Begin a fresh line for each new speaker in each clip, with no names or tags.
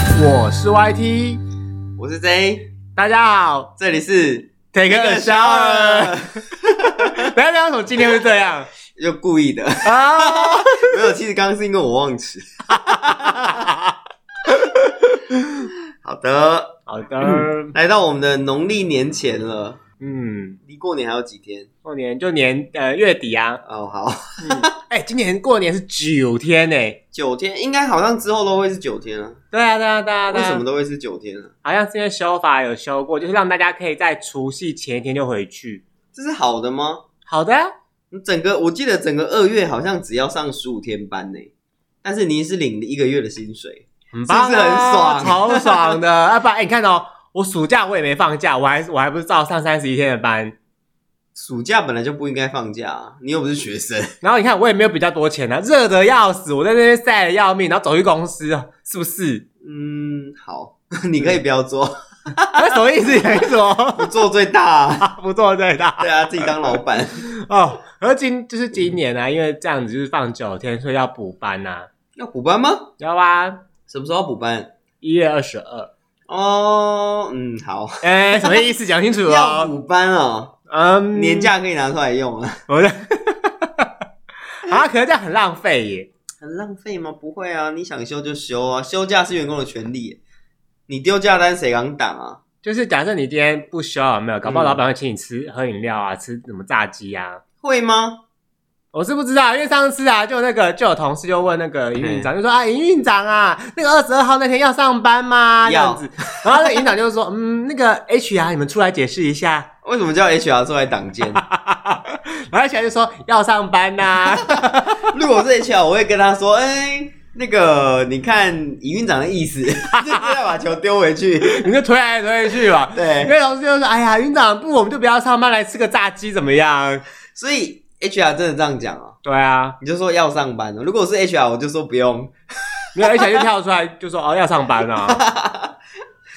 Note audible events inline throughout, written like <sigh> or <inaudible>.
是 YT，
我是 J，
大家好
这里是，
，Take a shower。不要讲什么今天会这样
<laughs> 就故意
<laughs>
的。
啊！
没有，其实刚刚是因为我忘词。 <laughs> 好的，
好的，
来到我们的农历年前了，
嗯，
离过年还有几天？
过年就年呃月底啊，
哦，好，
哎、今年过年是九天呢、
九天，应该好像之后都会是九天了。
对啊，对啊，对啊，对
为
啊
什么都会是九天啊了？
好像是因为修法有修过，就是让大家可以在除夕前一天就回去。
这是好的吗？
好的啊，
你整个我记得整个二月好像只要上十五天班呢，但是你是领一个月的薪水，
很棒、啊，
是不是很爽
超爽的。啊，不然、哎你看哦，我暑假我也没放假，我还我还不是照上三十一天的班。
暑假本来就不应该放假、啊，你又不是学生，
然后你看我也没有比较多钱啊，热的要死，我在那边晒的要命，然后走去公司，是不是？
嗯，好， <laughs> 你可以不要做，
那什么意思？你还说 <laughs>
不做最大、啊，
不做最大？
对啊，自己当老板。
哦，而今就是今年啊，因为这样子就是放九天，所以要补班呐、啊，
要补班吗？
知道吧？
什么时候要补班？
一月二十二，
哦，嗯，好，
哎，什么意思？讲清楚
要
哦。
补班哦，
嗯，
年，假可以拿出来用啊，
我的， <laughs> 啊，可是这样很浪费耶。
很浪费吗？不会啊，你想休就休啊，休假是员工的权利耶，你丢假单谁敢挡啊？
就是假设你今天不休，有没有？搞不好
嗯
老板会请你吃、喝饮料啊，吃什么炸鸡啊。
会吗？
我是不知道，因为上次啊，就那个就有同事就问那个营运长，就说啊，营运长啊，那个二十二号那天要上班吗？这
要
样子，然后那个营长就说，嗯，那个 HR 你们出来解释一下。
为什么叫 HR 出来挡箭？
然后起来就说要上班啊呐、
如果我是 HR，我会跟他说，哎、那个，你看营运长的意思，就 <laughs> 直接把球丢回去。
<laughs> 你就推来推去吧。因
对，
为同事就说：“哎呀，院长，不，我们就不要上班，来吃个炸鸡怎么样
所以 HR 真的这样讲哦，？”
对啊，
你就说要上班哦。如果我是 HR，我就说不用。
没有，而且就跳出来就说：“哦，要上班
<laughs>
啊。”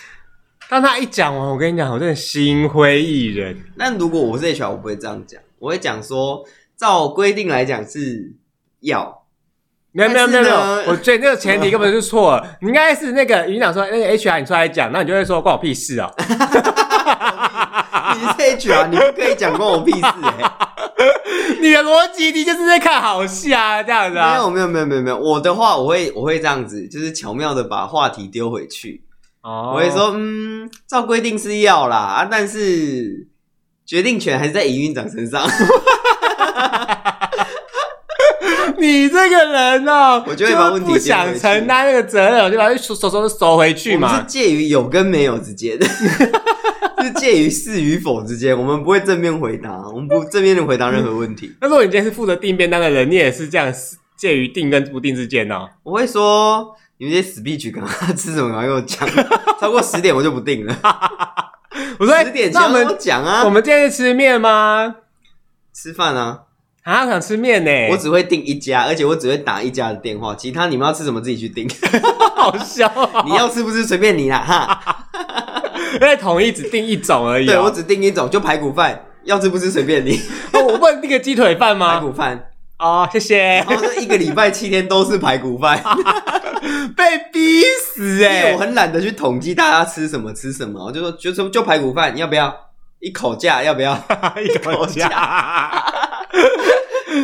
<laughs> 当他一讲完，我跟你讲，我真的心灰意冷。
那如果我是 HR，我不会这样讲，我会讲说，照规定来讲是要，
没有没有没有没有
但是呢，
我觉得那个前提根本就错了。
<laughs>
你应该是那个院长说，那个 HR 你出来讲，那你就会说关我屁事
<laughs>
哦。
你是 HR，你不可以讲关我屁事、
<laughs>
欸。
你的逻辑你就是在看好戏啊，这样子
没
啊。
有没有没有没有没有，我的话我会我会这样子，就是巧妙的把话题丢回去。
哦
我会说，嗯，照规定是要啦，啊，但是决定权还是在营运长身上。
你这个人哦，
我就会把问题
就是不想承担那个责任，我就把手手手收回去
我们是
嘛。
介于有跟没有之间， <laughs> 是介于是与否之间。我们不会正面回答，我们不正面的回答任何问题。
那如果你今天是负责订便当的人，你也是这样介于订跟不订之间哦。
我会说，你们这些死逼局，刚刚吃什么？然后又讲，超过十点我就不
<laughs>
定了。
我说，哎
十点前
那我
跟我
们
讲
我
啊，
们今天是吃面吗？
吃饭啊，
啊，我想吃面呢、
我只会订一家，而且我只会打一家的电话，其他你们要吃什么自己
<laughs>
去订。
好笑、
<laughs>
哦，
你要吃不吃随便你啦，哈。
<laughs> 因为统一只订一种而已、
对我
哦。
只订一种，就排骨饭，要吃不吃随便你。
对，哦我我不能订个鸡腿饭
<laughs> 排
吗？
骨饭，
哦，谢谢
然，后这一个礼拜七天都是排骨饭，
<laughs> 被逼死
因
<laughs>
为
哎、
我很懒得去统计大家吃什么吃什么，我就说就就就排骨饭，要不要？一口价要不 <laughs> 要？
一口啊
口
<laughs> 价，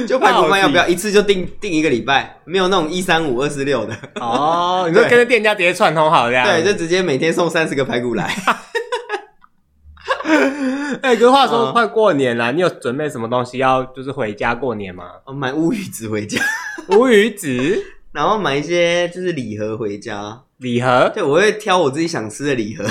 就排骨饭要不
到
要？一次就订订一个礼拜，没有那种一三五二四六的，
哦，你说跟着店家直接串通好这样，
对，就直接每天送三十个排骨来。 <laughs>
哎、可是话说
嗯
快过年了，你有准备什么东西要就是回家过年吗？
我买乌鱼子回家，
<laughs>
<laughs>
无鱼子
然后买一些就是礼盒回家。
礼盒，
对，我会挑我自己想吃的礼盒。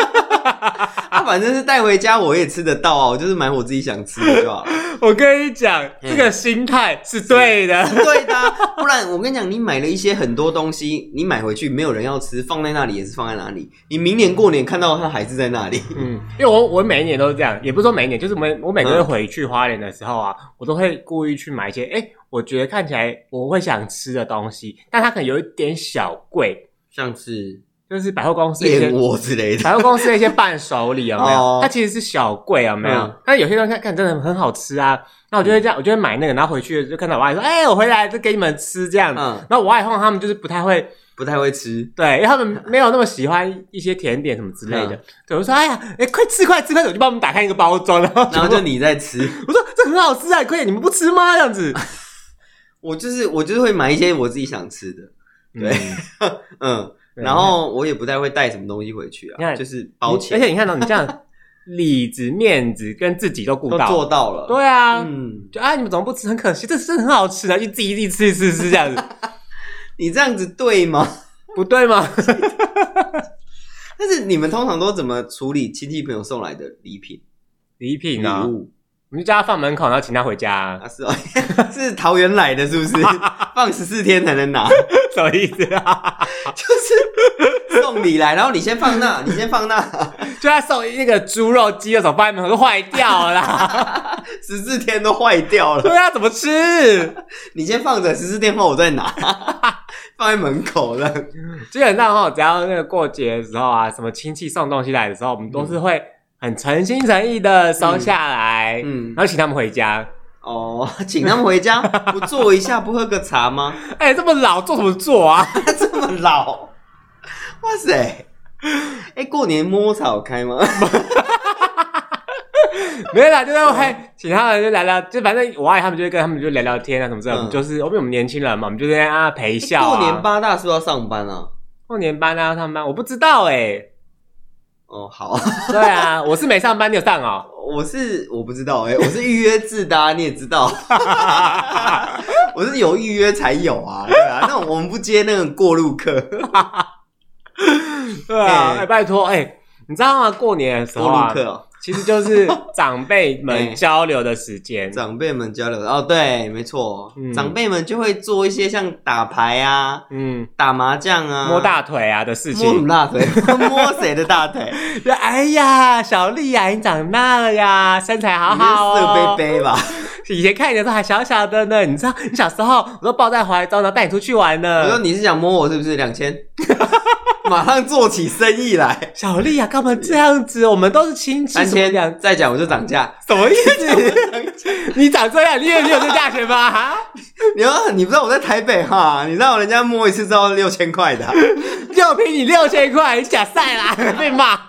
<laughs> 啊，反正是带回家我也吃得到啊，我就是买我自己想吃的就好 <laughs> 了。
我跟你讲，
嗯
这个心态是对的。
对的啊、不然我跟你讲，你买了一些很多东西，你买回去没有人要吃，放在那里也是放在那里。你明年过年看到它还是在那里，
嗯，因为我我每一年都是这样，也不是说每一年，就是我每我每个月回去花莲的时候啊，我都会故意去买一些，哎、我觉得看起来我会想吃的东西，但它可能有一点小贵，
<laughs> 像是
就是百货公司一些
燕窝之类的。
百货公司的一些伴手礼有没有？
哦
它其实是小贵有没有？
嗯
但有些东西看看真的很好吃啊，那我就会这样，我就会买那个，然后回去就看到我阿姨说：“哎、我回来就给你们吃这样子。
<laughs> 嗯
然后我阿姨通常他们就是不太会
不太会吃，
对，因为他们没有那么喜欢一些甜点什么之类
嗯
的。对，我说哎呀，哎，快吃快吃快吃！我就帮我们打开一个包装，然后
然后就你在吃。
我说这很好吃啊，快点，你们不吃吗？这样
<laughs>
子，
我就是我就是会买一些我自己想吃的，对
嗯，
嗯，
对
然后我也不太会带什么东西回去
你
啊，
看
就是包起
而
来
且你看到你这样， <laughs> 里子面子跟自己都顾
都
到，
做到了。
对啊，
嗯，
就啊你们怎么不吃？很可惜，这是很好吃啊的，就自己自己吃吃吃这样子，
你这样子对吗？ <laughs>
不对吗？ <laughs>
但是你们通常都怎么处理亲戚朋友送来的礼品、
礼品
礼
啊，
物？
我们就叫他放门口，然后请他回家
<laughs>
啊，
啊，是哦，是桃园来的，是不是？放十四天才能拿，
什么意思啊？
就是送礼来，然后你先放那，你先放那，
就他送那个猪肉、鸡肉，手放在门口都坏掉了啦， <laughs>
十四天都坏掉了，
对啊，怎么吃？
你先放着，十四天后我再拿， <laughs> 放在门口了。
基本上哈，只要那个过节的时候啊，什么亲戚送东西来的时候，我们都
嗯
是会很诚心诚意的收下来，
嗯，
然后请他们回家。
哦，请他们回家，不坐一下，不喝个茶吗？
哎、这么老做什么做啊？
他 <laughs> 这么老，哇塞！哎、过年摸草开吗？
没有啦，就是会请他们就聊聊，就反正我爱他们就会跟他们就聊聊天啊什么之类的。我们
嗯
就是因为我们年轻人嘛，我们就是啊陪笑、啊
过年八大是不是要上班啊？
过年班啊上班，我不知道哎、
哦，好，
对啊，我是没上班，你有上
<laughs>
哦。
我是我不知道哎、我是预约制的、啊，你也知
<laughs>
道，我是有预约才有啊，对啊，那我们不接那种过路客，
对啊，哎、
哎
拜托哎、你知道吗？过年的时候
过路
啊，
客哦，
其实就是
<laughs>
长辈
哎
们交流的时间。
长辈们交流哦，对，没错，
嗯
长辈们就会做一些像打牌啊、
嗯，
打麻将啊、
摸大腿啊的事
摸什
情
么，大腿， <laughs> 摸谁的大腿？
就哎呀，小丽呀、你长大了呀，身材好好
色
哦。
杯杯吧？
以前看你的时候还小小的呢，你知道，你小时候我都抱在怀中，然后带你出去玩
我说
呢。
你是想摸我是不是？两千， <laughs> 马上做起生意来，
小丽呀、干嘛这样子？我们都是亲戚，
三
什么
千
两
再讲我就涨价。 <laughs>
什么意 <laughs> 思？你长这样，你也没有这价钱 <laughs> 吗？
你说你不知道我在台北哈，你让人家摸一次之后六千块的啊、
又赔你六千块，你假赛 <laughs> 啦，被骂。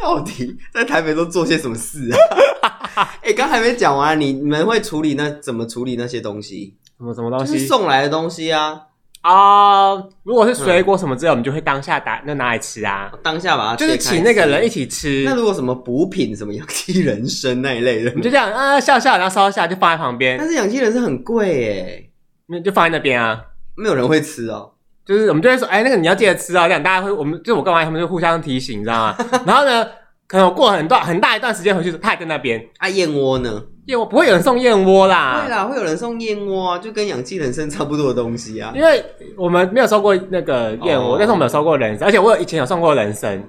到底在台北都做些什么事啊？ <laughs> 哎、刚还没讲完，你你们会处理那怎么处理那些东西？
什么什么东
就是送来的东西啊，
啊、如果是水果什么之类，我们就会当下打那拿来吃啊，
当下把它
就是
切开
请那个
吃
人一。起吃。
嗯那如果什么补品，什么氧气人参那一类的
<laughs> 我，们就这样啊、笑笑，然后烧一下就放在旁边
但，是氧气人参很贵耶，
那就放在那边啊。
没有人会吃哦。
就是我们就会说，哎、那个你要记得吃啊，这样大家会，我们就我跟完他们就互相提醒，你知道
<laughs>
吗？然后呢，可能我过很段很大一段时间回去，他还在那边
啊，燕窝呢？
燕窝，不会有人送燕窝啦，
会啦，会有人送燕窝啊，就跟氧气人参差不多的东西啊。
因为我们没有收过那个燕窝，
哦
但是我们有收过人参，而且我有以前有送过人参，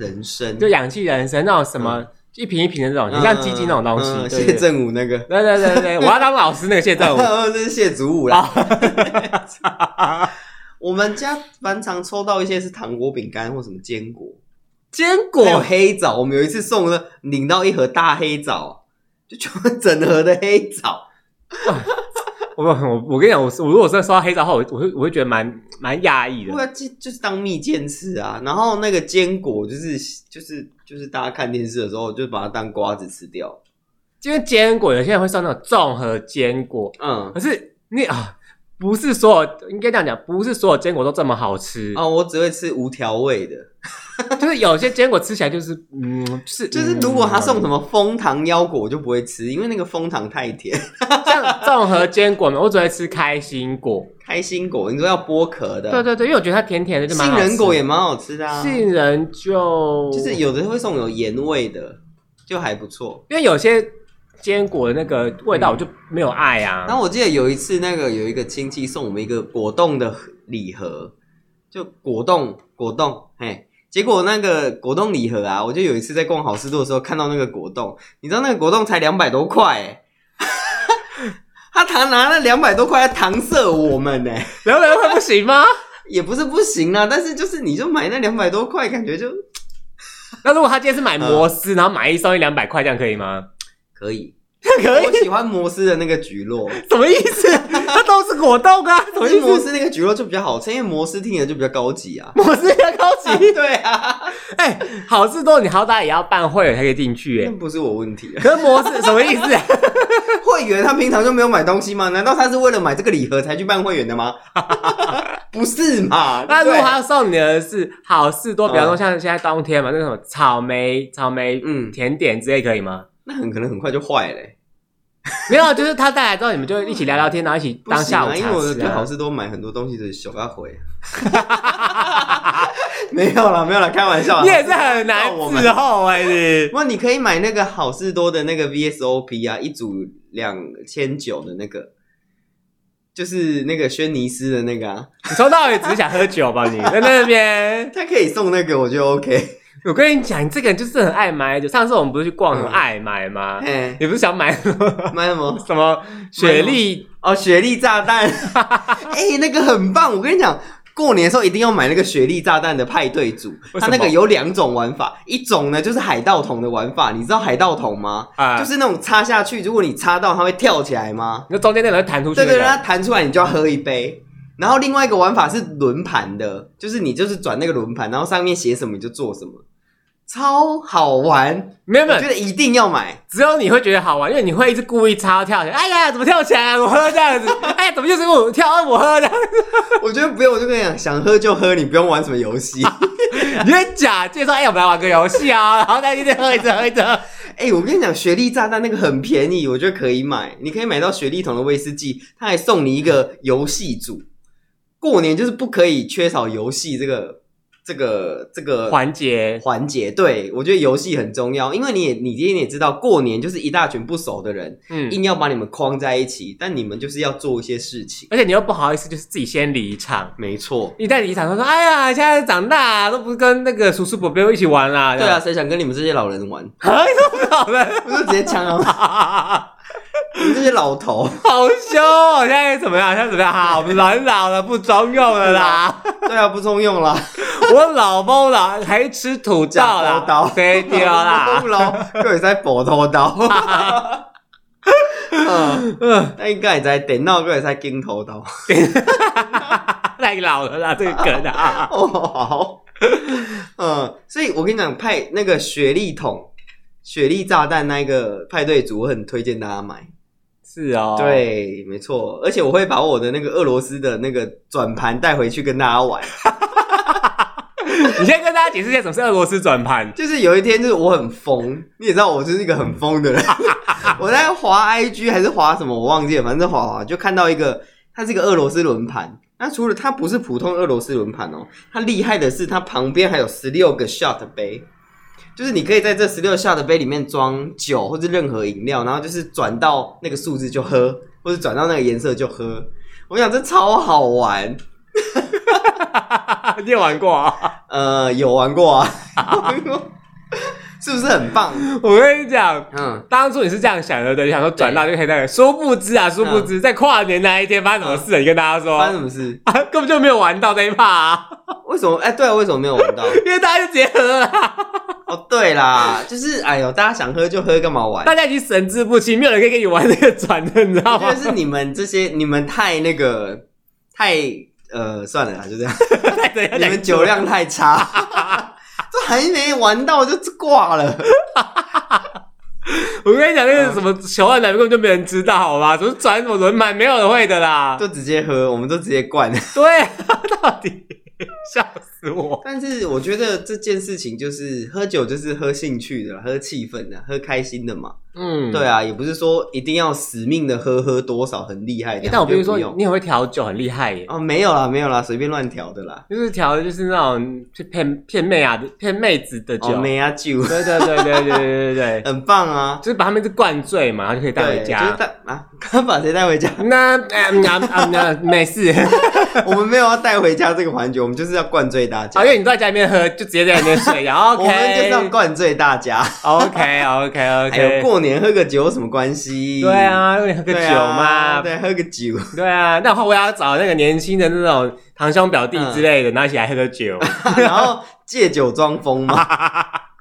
人参，
就氧气人参那种什么一瓶一瓶的那种，
嗯，
很像鸡精那种东西，
嗯
对
谢振武
<laughs>
那个，
对对对对
<laughs>
对，我要当老师那个谢振武。
这是谢祖武啦。
啊
<laughs> 我们家蛮常抽到一些是糖果、饼干或什么坚果，
坚
还有
果
黑枣。我们有一次送了领到一盒大黑枣，就全部整盒的黑枣。
我我我跟你讲，我我如果真的收到黑枣的话，我我会我会觉得蛮蛮压抑的
对。啊，就就是当蜜饯吃啊。然后那个坚果就是就是就是大家看电视的时候就把它当瓜子吃掉。
因为坚果有些人会送那种综合坚果，
嗯
可，是你啊，不是所有应该这样讲，不是所有坚果都这么好吃，
哦，我只会吃无调味的。
就是有些坚果吃起来就是嗯，就是嗯
就是如果他送什么枫糖腰果，我就不会吃，因为那个枫糖太甜。 <laughs>
嗯像综合坚果嘛，我只会吃开心果。
开心果，你说要剥壳的，
对对对，因为我觉得它甜甜的就蛮
杏
好吃
仁果也蛮好吃的啊。
杏仁就
就是有的会送有盐味的，就还不错。
因为有些坚果的那个味道我就没有爱啊。
然后我记得有一次，那个有一个亲戚送我们一个果冻的礼盒，就果冻果冻，嘿。结果那个果冻礼盒啊，我就有一次在逛好事多的时候看到那个果冻，你知道那个果冻才两百多块、欸， <laughs> 他糖拿那两百多块来搪塞我们呢、欸
聊聊会不行吗？
也不是不行啊，但是就是你就买那两百多块，感觉就
那如果他今天是买摩斯，然后买一送一两百块，这样可以吗？
<laughs> 可以。
可
我
以
喜欢摩斯的那个菊络，
什么意思？它都是果冻啊，什
可
么
是
意
摩
思？。
斯那个菊络就比较好吃，因为摩斯听起来就比较高级啊 <laughs>
摩斯要高级，
对啊，
哎、好事多你好歹也要办会员才可以进去哎、
那不是我问题啊。
可是摩斯什么
<laughs>
意思、
会员他平常就没有买东西吗？难道他是为了买这个礼盒才去办会员的吗？ <laughs> 不是
<laughs>
嘛？
那如果
对
他要送你的是好事多，比方说像现在冬天嘛，那个什么草莓、草莓
嗯，
甜点之类可以吗？
那很可能很快就坏了欸、
没有，啊就是他带来之后，你们就一起聊聊天，然后一起
不
当
行
下午
啊，因为
茶
我
吃
对好
啊。
事多买很多东西的小阿回。 <laughs> 没有啦，没有啦，开玩笑啊啦。
你也是很难伺候哎、你。
哇，你可以买那个好事多的那个 VSOP 啊，一组两千九的那个，就是那个轩尼诗的那个啊，
你从头到尾只是想喝酒吧你？在那边，
他可以送那个，我就 OK。
我跟你讲，你这个人就是很爱买酒。上次我们不是去逛什么
嗯
爱买吗？
哎，
你不是想买什么
买什么？
什么雪莉？
哦，雪莉
<laughs>
炸弹，哎、那个很棒！我跟你讲，过年的时候一定要买那个雪莉炸弹的派对组，
为什
它
么
那个有两种玩法，一种呢就是海盗桶的玩法，你知道海盗桶吗？
啊
就是那种插下去，如果你插到它会跳起来吗？
那中间那个人弹出去
对
的，
对，让它弹出来，你就要喝一杯。然后另外一个玩法是轮盘的，就是你就是转那个轮盘，然后上面写什么你就做什么，超好玩，
没有没
我
有
觉，得一定要买。
只有你会觉得好玩，因为你会一直故意插跳起来。哎呀，怎么跳起来？我喝这
<laughs>
样子。哎呀，怎么又是我跳？我喝这样子。
我觉得不用，我就跟你讲，想喝就喝，你不用玩什么游戏。
你会假介绍，哎，我们来玩个游戏啊，然后再一直喝，一直喝，一
<laughs>
直喝。
哎、我跟你讲，雪莉炸弹那个很便宜，我觉得可以买。你可以买到雪莉桶的威士忌，他还送你一个游戏组。过年就是不可以缺少游戏这个、这个、这个
环节
环节。对我觉得游戏很重要，因为你也你今天也知道，过年就是一大群不熟的人，
嗯，
硬要把你们框在一起，但你们就是要做一些事情。
而且你又不好意思，就是自己先离场。
没错，
一旦离场，他说：“哎呀，现在长大都不跟那个叔叔伯伯一起玩啦。”
对啊，，谁想跟你们这些老人玩？ <laughs>
啊，你说不好
我就直接呛他们，
了，
你们这些老头。
好凶、哦！现在怎么样？现在怎么样？哈，我们老人老了，不中用了啦。
<laughs> 对啊，不中用啦，
我老包啦，还吃土豆
<laughs> 假
啦
包，刀
飞掉啦 <laughs>
不。咯，各位在搏头刀。嗯，
嗯，
那应该也在电脑，个也在镜头刀。
太老了啦，这个梗
<laughs>
啊。
哦，好，嗯，所以我跟你讲，派那个雪莉桶、雪莉炸弹那个派对组，我很推荐大家买。
是哦，，
对，没错，而且我会把我的那个俄罗斯的那个转盘带回去跟大家玩。
你先跟大家解释一下什么是俄罗斯转盘。
就是有一天，就是我很疯，你也知道我就是一个很疯的人。我在滑 IG 还是滑什么，我忘记了，反正滑滑就看到一个，它是一个俄罗斯轮盘。那除了它不是普通俄罗斯轮盘哦，它厉害的是它旁边还有十六个 shot 杯，就是你可以在这十六 shot 杯里面装酒或是任何饮料，然后就是转到那个数字就喝，或者转到那个颜色就喝。我想这超好玩，
你有玩过啊？
呃，有玩过啊，有玩过是不是很棒？
我跟你讲。
嗯。
当初你是这样想的，对，你想说转到就可以那个，殊不知啊，殊不知在跨年那一天发生什么事了？你跟大家说
发生什么事？
啊，根本就没有玩到这一趴啊， <laughs>
为什么？哎、对啊，为什么没有玩到？
因为大家就直接喝了啊，
哦，对啦，就是哎呦，大家想喝就喝，干嘛玩？
大家已经神志不清，没有人可以跟你玩这个转的，你知
我
道
觉
吗
得？是你们这些，你们太那个，太呃，算了啦，就这样。
对
你们酒量
<laughs>
太差，都还没玩到就挂了。
我跟你讲，那个什么球案男根本就没人知道，好吧？什么转什么轮盘，没有人会的啦。
就直接喝，我们就直接灌。
对啊，到底笑死我！
但是我觉得这件事情就是喝酒，就是喝兴趣的啦，喝气氛的，喝开心的嘛。
嗯，
对。啊，也不是说一定要死命的喝喝多少很厉害的。
但我必须
就
说
不用，
你很会调酒，很厉害耶。
哦，没有啦，没有啦，随便乱调的啦。
就是调的就是那种去骗骗妹啊的、骗妹子的酒。
哦，梅亚酒 <laughs>
对对对对对对对对，
很棒啊，
就是把他们一直灌醉嘛，然后就可以带回
对就是
家。
带啊，刚把谁带回家？ <laughs>
那啊啊啊那没事，
我们没有要带回家这个环节，我们就是要灌醉大家
啊，因。为你都在家里面喝，就直接在里面睡。然后
我们就是要
OK
灌醉大家。
OK OK
还有
OK，
过年喝个酒有什么关系？
对，啊，因为你喝个酒
对啊
嘛，
对，喝个酒。 <laughs>
对啊，那后我要找那个年轻的那种堂兄表弟之类的，然后一起来喝个酒。 <laughs>
然后借酒装疯嘛。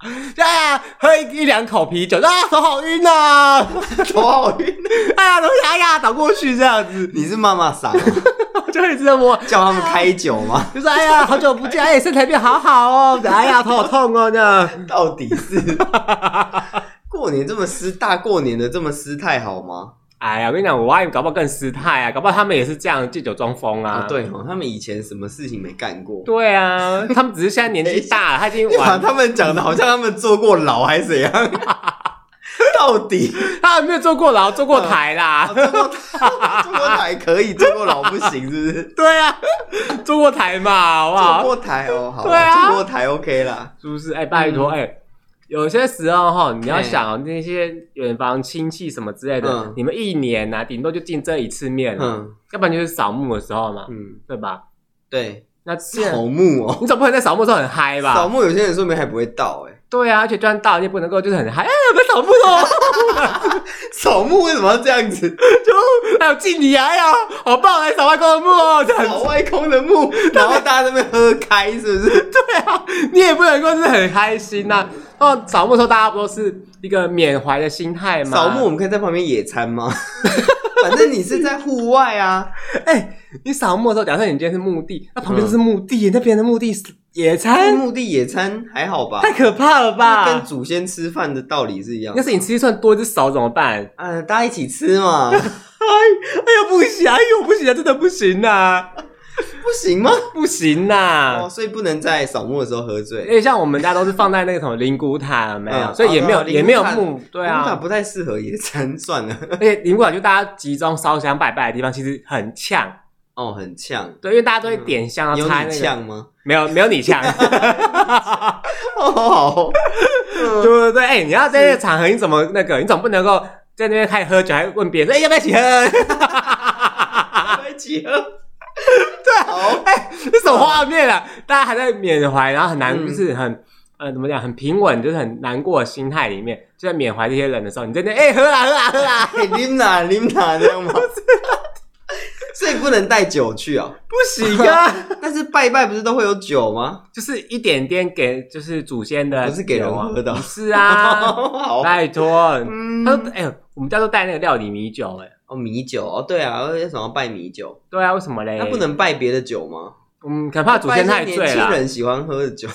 啊，喝一一两口啤酒，啊，头好晕啊，
头好晕。
哎呀，都想呀倒过去这样子，
你是妈妈
<laughs>
桑，
我就一直在摸，
叫他们开酒吗？
就是哎呀，好久不见，哎，身材变好好哦，哎呀，头好痛哦，这样。
到底是 <laughs> 过年这么失大过年的这么失态好吗？
哎呀，我跟你讲，我外搞不好更失态啊，搞不好他们也是这样借酒装疯啊。
啊，对哦，他们以前什么事情没干过？
对啊，他们只是现在年纪
<laughs>
大了，他已经
你把
玩，
他们讲的好像他们坐过牢还是怎 <laughs> 样？到底
他还没有坐过
<laughs>
牢，坐过台啦。
啊坐过坐过台可以，坐过牢不行，是不 <laughs> 是？
<laughs> 对啊，坐过台嘛，好不
坐
好？
过台哦，好，
对啊
坐过台 OK 啦。
是不是？哎、拜托，哎、有些时候哈，你要
嗯哎
想、哦那些远房亲戚什么之类的，
嗯
你们一年呐、啊，顶多就见这一次面了，
嗯
要不然就是扫墓的时候嘛，
嗯，
对吧？
对，
那这样
扫墓哦，
你总不能在扫墓的时候很嗨吧？
扫墓有些人说明还不会到哎，
对啊，而且就算到，你也不能够就是很嗨，哎，我们扫墓哦，
扫墓为什么要这样 <laughs> 子？
就还有敬礼啊，哎呀，好棒，来扫外公的墓哦，这样
扫外空的 <laughs> 墓，然后大家在那边喝开，是不是？
啊你也不能够是很开心呐、哦，扫墓的时候大家不都是一个缅怀的心态吗？
扫墓我，们可以在旁边野餐 <laughs> 吗？反正你是在户外啊，
哎、你扫墓的时候，假设你今天是墓地，那旁边
嗯
就是墓地，那边的墓地是野
在
餐，
墓地野餐还好吧？
太可怕了
那跟
吧？
祖先吃饭的道理是一样
要。是你吃一串多一只少怎么办？
啊，大家一起吃
<laughs>
嘛，
哎呀，不行，哎呦，不行啊，真的不行呐、
不行吗？
不行呐、
啊哦，所以不能在扫墓的时候喝醉。
因为像我们家都是放在那个什么灵骨塔，有没有，
嗯
所以也没有、
哦对啊
也没有
灵骨塔
墓，对
木塔
啊。
不太适合野餐，算了。 <laughs>
而且灵骨塔就大家集中烧香拜拜的地方，其实很呛，
哦，很呛，
对，因为大家都会点香啊，
嗯有
插
你
那个，
呛吗？
没有没有你
<laughs>
呛，
哦，
对不对？哎、你要在那个场合，你怎么那个？你总不能够在那边开始喝酒，还问别人说：“哎、要不要一起喝？” <laughs>
一起喝。 <laughs> 对，好，
这什么画面啊？大家还在缅怀，然后很难，
嗯
就是很呃，怎么讲，很平稳，就是很难过的心态里面，就在缅怀这些人的时候，你在那边哎、喝啦喝啦喝啦，
哎你们哪你们哪这
<laughs>
样吗？所以不能带酒去哦。
不行
<laughs>
啊！
但是拜拜不是都会有酒吗？
就是一点点给，就是祖先的，
不是给人喝的哦
不是
<laughs>
啊，
好，
拜托。
嗯
他说：“哎、呦，我们家都带那个料理米酒、哎，
哦，米酒哦，对啊，为什么要拜米酒？
对啊，为什么嘞？
那不，能拜别的酒吗？
嗯，可能怕祖
拜
先
一些
太
年
醉
轻
了，
人喜欢喝的酒，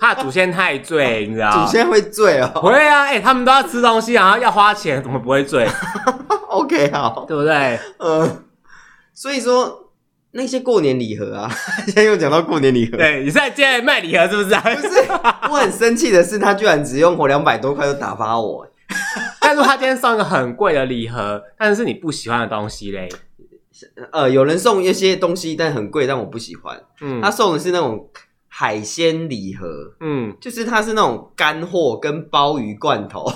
怕祖先太醉，你知道
<laughs> 祖
吗？
先会醉哦。
会啊，哎、他们都要吃东西，然后要花钱，怎么不会醉？ <laughs>
<laughs> OK，好，
对不对？
呃，所以说那些过年礼盒啊，现在又讲到过年礼盒，
对，你是在接卖礼盒是不是、啊？
不是，我很生气的是，他居然只用我两百多块就打发我，
<laughs> 但如果他今天送一个很贵的礼盒，但是是你不喜欢的东西嘞，
呃，有人送一些东西，但很贵，但我不喜欢。
嗯
他送的是那种海鲜礼盒，
嗯，
就是它是那种干货跟鲍鱼罐头。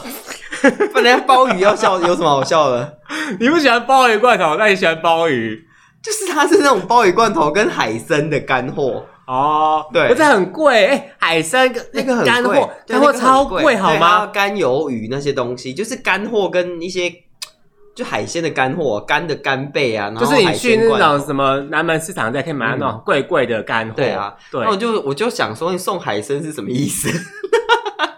本来鲍鱼要笑，有什么好笑的？
你不喜欢鲍鱼罐头，那你喜欢鲍鱼
就是它是那种鲍鱼罐头跟海参的干货，
哦，
对
不是很贵，哎、海参
那个很
干
贵
货，，
对
干货
那个很
超贵好？
对还有
吗？
干鱿鱼那些东西，就是干货跟一些就海鲜的干货，干的干贝啊，然后
就是你
海
去
鲜
那
罐头
种什么南门市场，再可以买到那种贵贵的干货。
对啊，
对
那，我就我就想说，你送海参是什么意
<laughs>
思？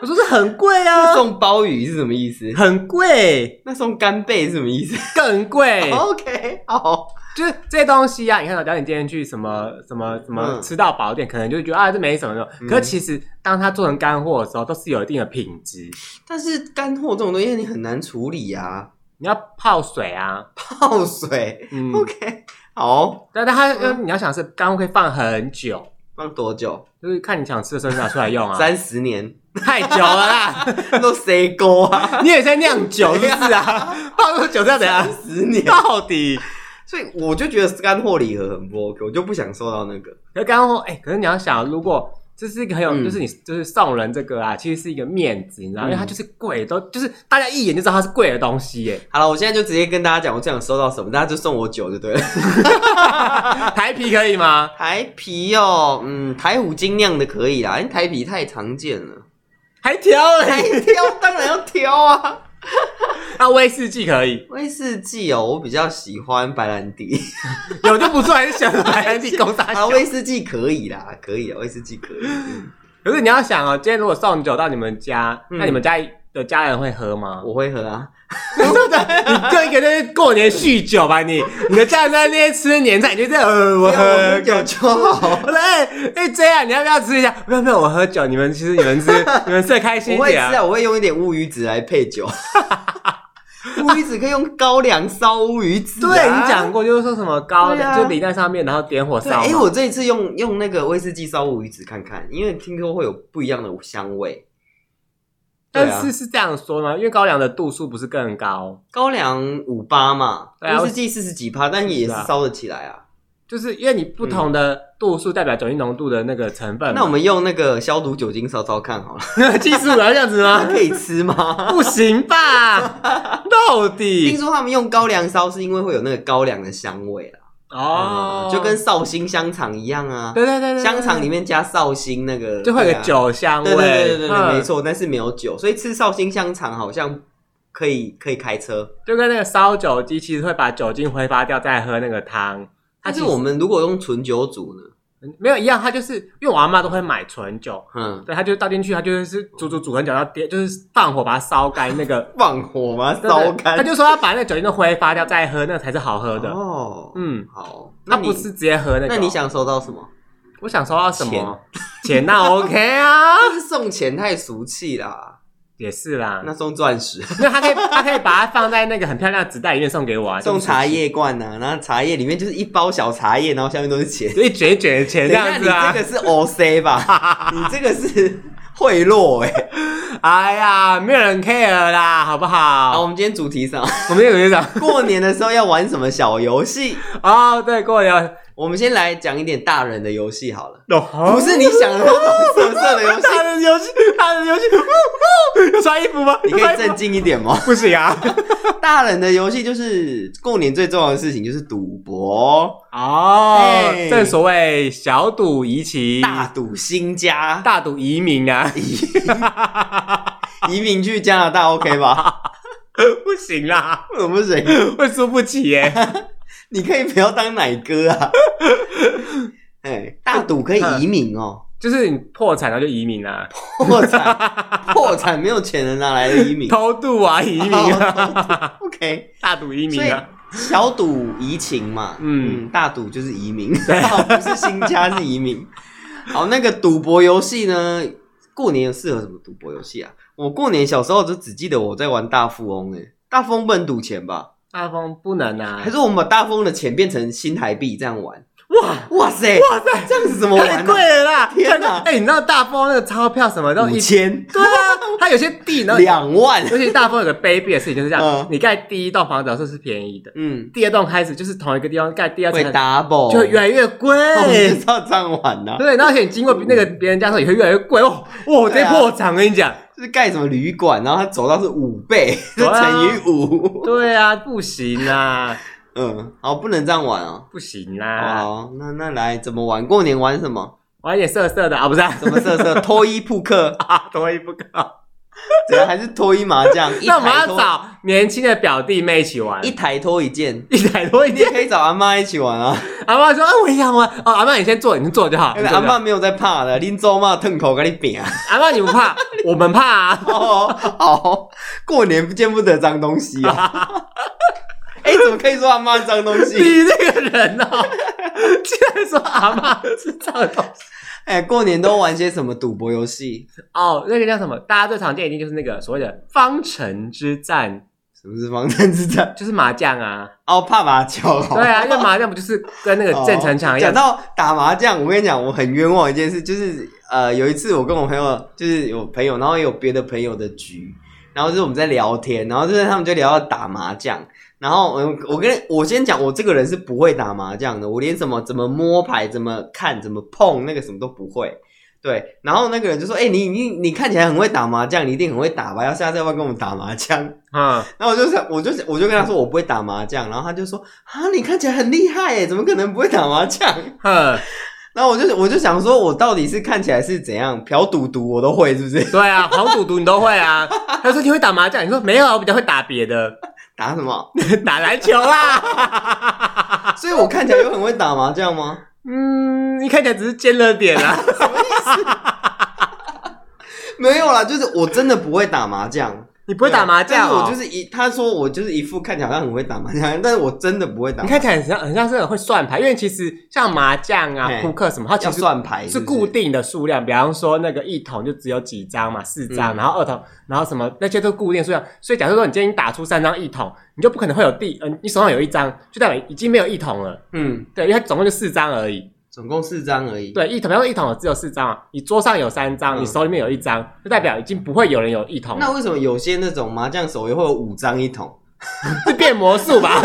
我说是很贵啊，
送鲍鱼是什么意思？
很贵，
那送干贝是什么意
<laughs>
思
更贵。
哦？OK，好，
就是这些东西啊，你看到，假如你今天去什么什么什么
嗯
吃到饱店，可能就觉得啊这没什么的。
嗯
可是其实当它做成干货的时候，都是有一定的品质。
但是干货这种东西你很难处理啊， <laughs>
你要泡水啊，
泡水。
嗯，
OK，好，
但但它、呃
嗯
你要想是干货可以放很久，
放多久？
就是看你想吃的时候就拿出来
<laughs>
用啊，
三十年
太久了啦。
都谁勾啊？
你也在酿酒是不是
<laughs>
啊？泡多久是要怎样？
十年，
到底？
所以我就觉得干货礼盒很不 OK，我就不想收到那个。
可是干货，哎、可是你要想，如果这是一个很有，
嗯
就是你就是送人这个啊，其实是一个面子，你知道，因为它
嗯
就是贵，都就是大家一眼就知道它是贵的东西耶。 <laughs>
好了，我现在就直接跟大家讲，我最想收到什么，大家就送我酒就对了。 <laughs>
台啤可以吗？
台啤哦，嗯，台虎精酿的可以啦，因为哎台啤太常见了。 <laughs>
还挑嘞？
哎挑当然要挑啊！
那威士忌可以，
威士忌哦，我比较喜欢白兰地
有就不错，还是选白兰地公沙
<laughs> 啊，
小。
<laughs> 威士忌可以啦，可以啊，威士忌可以。嗯
可可是你要想哦，今天如果送酒到你们家，
嗯
那你们家的家人会喝
<laughs>
吗？
我会喝啊，
你就一个在那过年酗酒吧，你你的家人在那边吃年菜，你就这样呃我喝
喝酒就 <laughs> 好。
我说哎哎这样，你要不要吃一下？不要不要，我喝酒，你们其实你
<laughs>
们吃，你们吃的开心一
我会吃
点啊。
啊，我会用一点乌鱼子 <laughs> 来配酒。乌鱼子可以用高粱烧乌鱼子、啊。
对你讲过，就是说什么高
对
粱，
啊
就淋在上面，然后点火
对，
烧
哎、
嘛。
我这一次用用那个威士忌烧乌鱼子看看，因为听说会有不一样的香味。对
但
啊
是，是这样说吗？因为高粱的度数不是更高，
高粱五八嘛，
对啊
威士忌四十几趴，但也是烧得起来啊。
就是因为你不同的度数代表酒精浓度的那个成分嘛。
嗯
<laughs>
那我们用那个消毒酒精烧烧看好了，
们技术要这样子
它
吗？
可以吃吗？
不行
<laughs>
吧？到
听
底
说他们用高粱烧是因为会有那个高粱的香味啊，
哦
嗯，就跟绍兴香肠一样啊，
对对对对
香肠里面加绍兴那个，
就会有
对
个
啊
酒香味，
对对
嗯
对对对，没，错，但是没有酒，所以吃绍兴香肠好像可以可以开车。
就跟那个烧酒机其实会把酒精挥发掉，再喝那个汤。它
但
其
是
实
我们如果用纯酒煮呢？
没有一样，它就是因为我阿妈都会买纯酒，
嗯，
对，她就倒进去，她就是煮煮煮很久，然后点就是放火把它烧干那个
放火吗？
对对
<laughs> 烧
她
干？
就说要把那个酒精都挥发掉再喝，那个才是好喝的。
哦，
嗯，
好，那
她
你
不是直接喝那个。
那你，想收到什么？
我想收到什么？钱那
<laughs>
OK 啊，
但是送钱太俗气啦，
也是啦。
那送钻 <laughs> 石、
没有，她可以她可以把它放在那个很漂亮的纸袋里面送给我啊，
送
就是
茶叶罐呐、啊，然后茶叶里面就是一包小茶叶，然后下面都是钱。
就一卷一卷的钱
等
这样
一下，
子啊
你。这个是 O C <laughs> 吧？你这个是贿赂哎、欸。
<laughs> 哎呀，没有人 care 啦，好不
<laughs> 好，
好？
我们今天主题上，
我们有学长
<laughs> 过年的时候要玩什么小游戏？
哦，对，过年
我们先来讲一点大人的游戏好了，不
不
是你想的那种色色的游戏，
他的游戏，他的游戏，要穿衣服吗？
你可
要穿
以
衣服
镇
吗
静一点吗？
不行啊！
大人的游戏就是过年最重要的事情就是赌博，
哦，
哎
正所谓小赌怡情，
大赌新家，
嗯大赌移民啊，
移民去加拿大 OK
<laughs>
吧？
<laughs> 不行啦，
为什么不行？
会输不起耶。
你可以不要当奶哥
<laughs>
啊！哎，大赌可以移民
<laughs>
哦，
就是你破产了就移民 <laughs> 啊，
破产，破产没有钱的哪来的移
<laughs>
民
偷渡啊，移
<laughs>
民啊，
？OK，
大赌移民
所以
啊，
小赌怡情嘛，
嗯
嗯，大赌就是移民，不是新家是移
<laughs>
民。好，那个赌博游戏呢？过年有适合什么赌博游戏啊？我过年小时候就只记得我在玩大富翁、欸，大富翁不能赌钱吧？
大风不能啊
还，是我们把大富翁的钱变成新台币这样玩？
哇
哇塞，
哇塞，
这样子怎么
太
玩、
贵
啊？
了啦！
天哪
哎，你知道大风那个钞票什么都
五
一
千、
对啊，它有些地呢，
两万，
尤其大风有个卑鄙的事情就是这样
嗯，
你盖第一栋房子的时候是便宜的，
嗯，
第二栋开始就是同一个地方盖第二
会
层，
double，
就会越来越贵。
<laughs> 我们就是要这样玩啊呐、
对，然后而且你经过那个别人家的时候也会越来越贵哦，哇，直接
对啊
破产！我跟你
<laughs>
讲，
就是盖什么旅馆，然后它走到是五倍，就
对啊
<laughs> 乘以五。
对啊，不行啊，
嗯，好，不能这样玩哦。
不行啊，
好，那那来怎么玩？过年玩什么？
玩一点色色的啊，不是啊，
什么色色？脱衣扑克，
<laughs>
<laughs>
啊，多一不高。
怎样？还是脱衣麻将？
<laughs>
一
那我们
台
要
脱
找年轻的表弟妹一起玩
一，台脱一件，
<laughs> 一台多一
你也
点。
可以找阿妈一
<laughs>
起玩啊。
阿妈说：“啊，我也想玩。”哦，阿妈你先坐，你先坐就好。你坐就好
阿妈没有在怕的，拎走嘛，腾口给你扁。
阿妈你不怕，我们怕啊。
<laughs> 哦，好，过年见不得脏东西啊。 <laughs> 哎，怎么可以说阿妈脏东
<laughs>
西？
你这个人哦，竟然说阿妈是这样的东西
哎，过年都玩些什么赌博游戏？
哦，那个叫什么？大家最常见一定就是那个所谓的方城之战，
什么是防身之战？
就是麻将啊。
哦，怕麻将。
对啊，因为麻将不就是跟那个郑成强一样
讲，到打麻将，我跟你讲，我很冤枉一件事，就是呃，有一次我跟我朋友，就是有朋友，然后也有别的朋友的局，然后就是我们在聊天，然后就是他们就聊到打麻将，然后我我跟我先讲，我这个人是不会打麻将的，我连怎么怎么摸牌、怎么看、怎么碰那个什么都不会。对，然后那个人就说：“哎、你你你看起来很会打麻将，你一定很会打吧？要下次要不要跟我们打麻将？”
嗯，
然后我就想，我就我就跟他说我不会打麻将，然后他就说啊，你看起来很厉害耶，怎么可能不会打麻将？
哼，
然后我就我就想说，我到底是看起来是怎样嫖赌毒我都会是不是？ <laughs>
对啊，黄赌毒你都会啊。他说你会打麻将，你说没有啊，我比较会打别的，
打
<laughs>
什么？
打篮球啊啦。
所以我看起来有很会打麻将吗？
嗯，你看起来只是尖了点啊。
没有啦，就是我真的不会打麻将，
你不会打麻将、哦？
啊但是我就是一他说我就是一副看起来好像很会打麻将， <laughs> 但是我真的不会打
你
麻
看
将。
起来很像很像是很会算牌，因为其实像麻将啊、
嘿
扑克什么，它其
要
实
算牌
是
不
固定的数量，比方说那个一筒就只有几张嘛，四张，
嗯
然后二筒，然后什么那些都固定数量。所以假设说你今天打出三张一筒，你就不可能会有第，嗯、你手上有一张，就代表已经没有一筒了。
嗯，
对，因为它总共就四张而已。
总共四张而已。，
对，一筒，然后一筒只有四张啊，你桌上有三张，
嗯
你手里面有一张，就代表已经不会有人有一筒了，
那为什么有些那种麻将手游会有五张一桶？ <laughs>
是变魔术吧？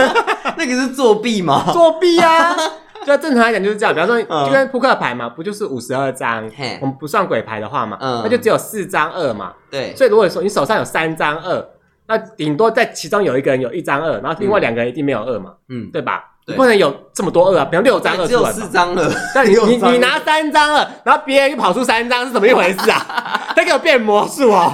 那个是作弊吗？
作弊啊！就正常来讲就是这样，比方说，
嗯
就跟扑克牌嘛，不就是五十二张
嘿？
我们不算鬼牌的话嘛，
嗯
那就只有四张二嘛。
对，
所以如果说你手上有三张二，那顶多在其中有一个人有一张二，然后另外两个人一定没有二嘛，
嗯，
对吧？
对
你不能有这么多二啊，比方六张二出
只有
来
四
嘛。
张了。 <laughs>
但你
只有
你
三
你拿三张二，然后别人又跑出三张，是怎么一回事
<laughs>
啊？他给我变魔术哦！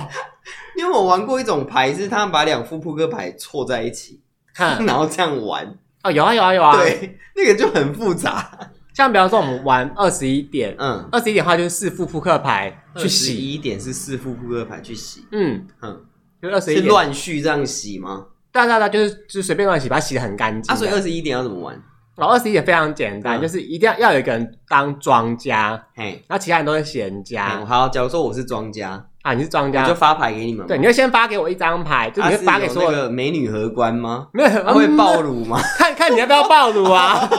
因为我玩过一种牌，是他们把两副扑克牌凑在一起，
看
然后这样玩。
哦，有啊有啊有啊。
对，那个就很复杂。
像比方说我们玩二十一点，
嗯，
二十一点的话就是四副扑克牌去洗，
一点是四副扑克牌去洗，
嗯，
嗯，
就二十一
是
点，
乱序这样洗吗？
对啊对啊对啊，就是就是随便乱洗，把它洗的很干净。
啊，所以二十一点要怎么玩？
然后二十一点非常简单，
嗯
就是一定要要有一个人当庄家，
嘿，
然后其他人都是闲家
嗯好，假如说我是庄家，
啊，你是庄
我
家
就，发牌给你们嘛。
对，你就先发给我一张牌，就
啊，
你会
是
发给
有
所有
那
人，
个美女荷官吗？
没有很
她会暴
嗯
露 <laughs> 吗？
看看你要不要暴露
<laughs>
啊？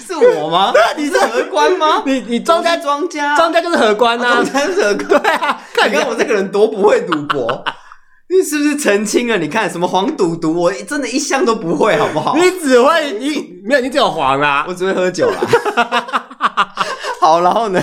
是我吗？ <laughs> 你是荷官吗？
你你庄
我
家
是庄家，
庄家就是荷官
啊
呐
庄，家是荷官。
对啊，看
你 <laughs> 看我这个人多不会赌博， <laughs> 你是不是澄清了？你看什么黄赌毒，我真的一向都不会，好不好？
你只会你没有，你只有黄啊啦
啊我，只会喝酒啦。好，然后
<laughs>
呢？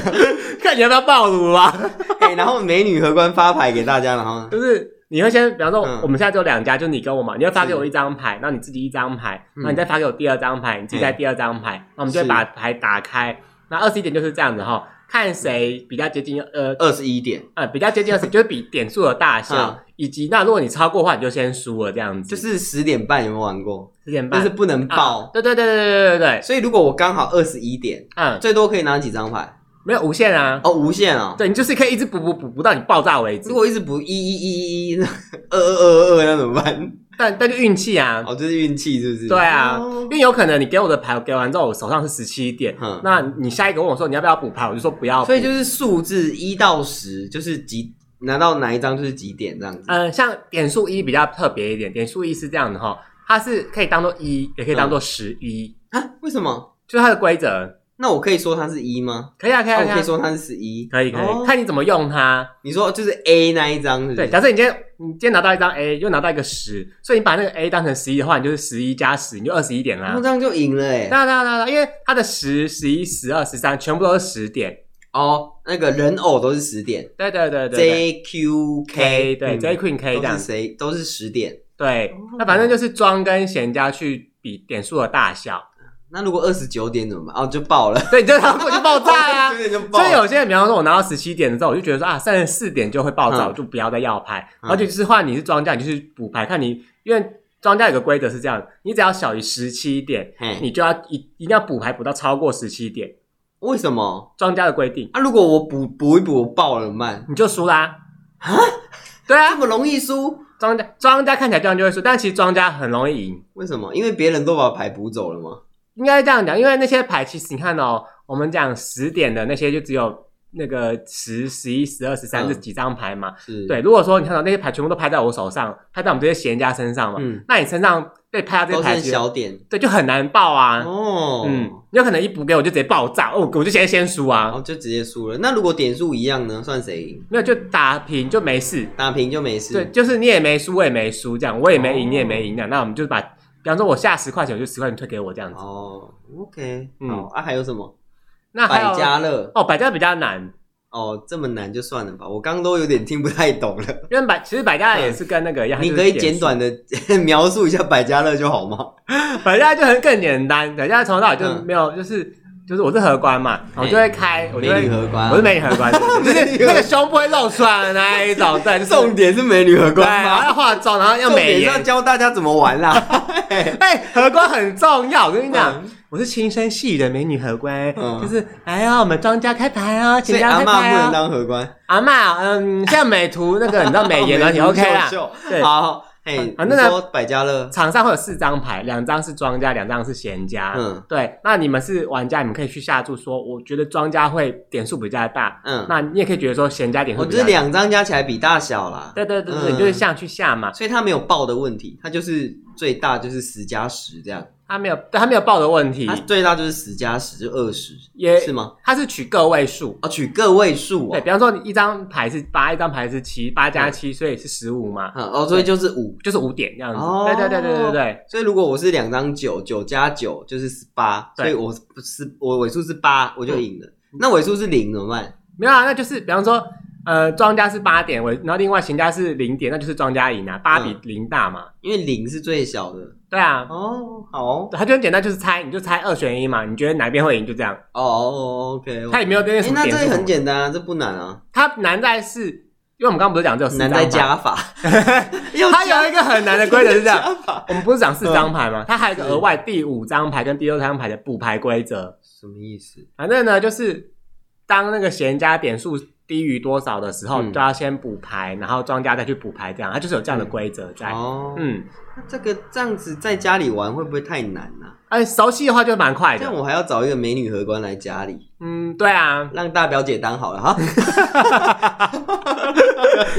看你要不要暴露啊？
哎、然后美女荷官发牌给大家，然后呢
就是你会先，比方说
嗯
我们现在只有两家，就你跟我嘛，你会发给
是
我一张牌，然后你自己一张牌，
嗯
然后你再发给我第二张牌，你自己再第二张牌，那我们就会
是
把牌打开。那二十一点就是这样子哈，看谁比较接近呃
二十一点，
呃，比较接近二十，就是比点数的大小
嗯，
以及那如果你超过的话，你就先输了这样子，
就是十点半有没有玩过？
十点半
但是不能爆，
啊对对对对对对对，
所以如果我刚好二十一点，
嗯，
最多可以拿几张牌？
没有无限啊，
哦，无限哦。
对你就是可以一直补补补补到你爆炸为止
如，果一直不一一一一一二二二二，那怎么办？
<laughs> 但但就运气啊。
哦，就是运气是不是？
对啊，因
哦
为有可能你给我的牌我给完之后，我手上是十七点
嗯，
那你下一个问我说你要不要补牌，我就说不要补。
所以就是数字一到十，就是几拿到哪一张就是几点这样子。
呃，像点数一比较特别一点，点数一是这样的哈，它是可以当做一，也可以
嗯
当做十一，
啊？为什么？
就是它的规则。
那我可以说它是一吗？
可以啊，可以啊，
那哦我可以
啊
说它是十一。
可以可
哦
以，看你怎么用它。
你说就是 A 那一张是不是？
对，假设你今天你今天拿到一张 A，又拿到一个十，所以你把那个 A 当成十一的话，你就是十一加十，你就二十一点啦
那。这样就赢了哎。
当然当然当然，因为它的十、十一、十二、十三全部都是十点。
哦，那个人偶都是十点
对对对对对
，J Q
，K
K 嗯
对 J Queen K 这
都
样
是
子。
谁都是十点。
对
哦，
那反正就是庄跟闲家去比点数的大小，
那如果二十九点怎么办？哦，就爆了，
对，你就它就爆炸
29
啊。
点 <laughs> 就爆
所以
了。
有些人，比方说，我拿到十七点之后，我就觉得说啊，三十四点就会爆炸，
嗯
我就不要再要牌。
嗯
而且就是换你是庄家，你就去补牌，看你因为庄家有个规则是这样，你只要小于十七点，
嘿
你就要一一定要补牌补到超过十七点，
为什么？
庄家的规定，
啊，如果我补补一补，我爆了怎么办？
你就输啦。对
这
啊，
么容易输？
庄家庄家看起来这样就会输，但其实庄家很容易赢。
为什么？因为别人都把牌补走了吗？
应该这样讲，因为那些牌其实你看哦，我们讲十点的那些就只有那个十、十一、十二、十三
嗯
这几张牌嘛。
是，
对，，如果说你看到那些牌全部都拍在我手上，拍在我们这些闲家身上嘛，
嗯，
那你身上被拍到这
都
些牌
是
其实，
小点
对，就很难爆啊。
哦，
嗯，有可能一补给我就直接爆炸，哦，我就先先输
然
啊
后，就直接输了。那如果点数一样呢？算谁赢？
没有就打平就没事。
打平就没事。
对，，就是你也没输，我也没输，这样我也没赢，
哦
你也没赢，这样那我们就把，比方说我下十块钱，我就十块钱退给我这样子。
哦，OK，
嗯
好啊，还有什么？
那还有
百家乐
哦，百家比较难，
哦，这么难就算了吧，我刚刚都有点听不太
<laughs>
懂了。
因为百其实百家乐也是跟那个一样，
嗯你
它就
可
是
以
点
简
数，
短的 <laughs> 描述一下百家乐就好吗？
百家就很更简单，百家从头到尾就
嗯
没有，就是就是我是荷官嘛，我就会开，我就
美女
会，
荷官
我是，美女荷
<laughs>
官，就是那个胸不会露出来的那一种，对，就是
重点是美女荷
对，
官
然后
吗？
要化妆，然后啊要
<laughs> 重点
美
是要
颜。
教大家怎么玩啦。
<laughs> 哎，荷官很重要，我跟你
<laughs>
讲
嗯，
我是亲身系的美女荷官，
嗯
就是哎呀，我们庄家开牌哦，
所
请
以
家
阿
开
嬷
牌
不能
哦。
当荷官，哦
阿妈，嗯，像美图那个，你知道美颜
<laughs>
的，你 OK 啦
美。图秀秀
对
好，哎，
啊
你
那个
说百家乐，
场上会有四张牌，两张是庄家，两张是闲家。
嗯
对。那你们是玩家，你们可以去下注说，我觉得庄家会点数比较大，
嗯，
那你也可以觉得说闲家点数
我
比
这
较大。
两张加起来比大小啦，
对对对对，
嗯
你就是下去下嘛。
所以它没有爆的问题，它就是最大就是十加十这样，
他没有，对他没有报的问题
它，啊最大就是十加十就二十，
也
是吗？
他是取个位数。
哦，取个位数
对
哦，
比方说，你一张牌是八，一张牌是七，八加七，所以是十五嘛，
嗯哦，所以就是五，
就是五点这样子。
哦
对对对对对对，
所以如果我是两张九，九加九就是十八，所
对嗯
以我是我尾数是八，我就赢了。那尾数是零怎么办？
没有啊，那就是比方说，呃，庄家是八点，我然后另外闲家是零点，那就是庄家赢啊，八比
嗯
零大嘛。
因为零是最小的
对啊，
哦，好哦
他就很简单，就是猜，你就猜二选一嘛，你觉得哪边会赢就这样。
哦，OK，
他也没有跟你
哎
什，么
那
点
这
数
个很简单啊，这不难啊，
他难在是，因为我们刚刚不是讲只有四张
难
牌
在，
<laughs>
加法，要
他
加
有一个很难的规则是这样。
<laughs> 加法
我们不是讲四
嗯
张牌吗？他还有一个额外第五张牌跟第六张牌的补牌规则。
什么意思？
反正呢，就是当那个闲家点数低于多少的时候，
嗯
就要先补牌，然后庄家再去补牌，这样，他就是有这样的规则在。
哦，
嗯，
那这个这样子在家里玩会不会太难啊？
哎，熟悉的话就蛮快
这样
的。
我还要找一个美女荷官来家里，
嗯，对啊，
让大表姐当好了哈。
<laughs>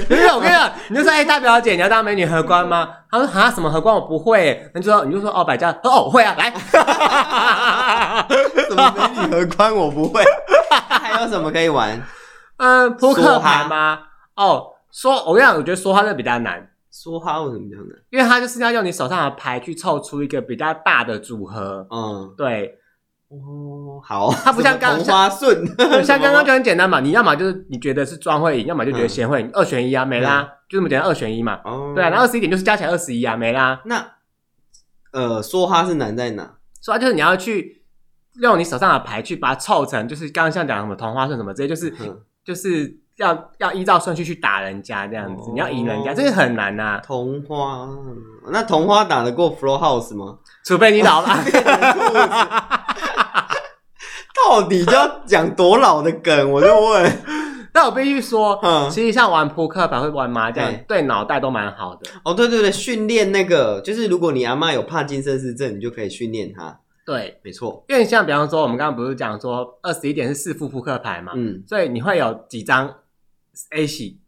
没有，我跟你讲，你就说，哎、大表姐，你要当美女荷官吗？她说，啊，什么荷官我不会耶。那就说，你就说，哦，百家，哦，我会啊，来。 <laughs>
什么美女荷官我不会， <laughs> 还有什么可以玩？
嗯，扑克
梭哈
牌吗？哦，说，我跟你讲，我觉得说话这比较难，
说话为什么这样呢？
因为它就是要用你手上的牌去凑出一个比较大的组合。
嗯，
对，
哦，好，
它不像刚
什么同嗯花
<laughs>
顺，
像
<laughs>
刚刚就很简单嘛，你要么就是你觉得是庄会赢，要么就觉得贤会赢，二选一啊，没啦，
嗯
就这么简单，二选一嘛。
哦，
对啊，然后二十一点就是加起来二十一啊，没啦。
那呃，说哈是难在哪？
所以就是你要去用你手上的牌去把它凑成，就是刚刚像讲什么同花顺什么这些，就是、
嗯
就是要要依照顺序去打人家这样子，
哦
你要赢人家，这个很难啊呐、
同花，那同花打得过 Flow House 吗？
除非你老了。
嗯
<laughs>
到底就要讲多老的梗，我就
<laughs>
问，
但我必须说，
嗯，
其实像玩扑克牌、会玩麻将
对，
对脑袋都蛮好的。
哦，对对对，训练那个，就是如果你阿嬷有帕金森氏症，你就可以训练她。
对，
没错，
因为像比方说，我们刚刚不是讲说二十一点是四副扑克牌嘛，
嗯，
所以你会有几张 A 洗，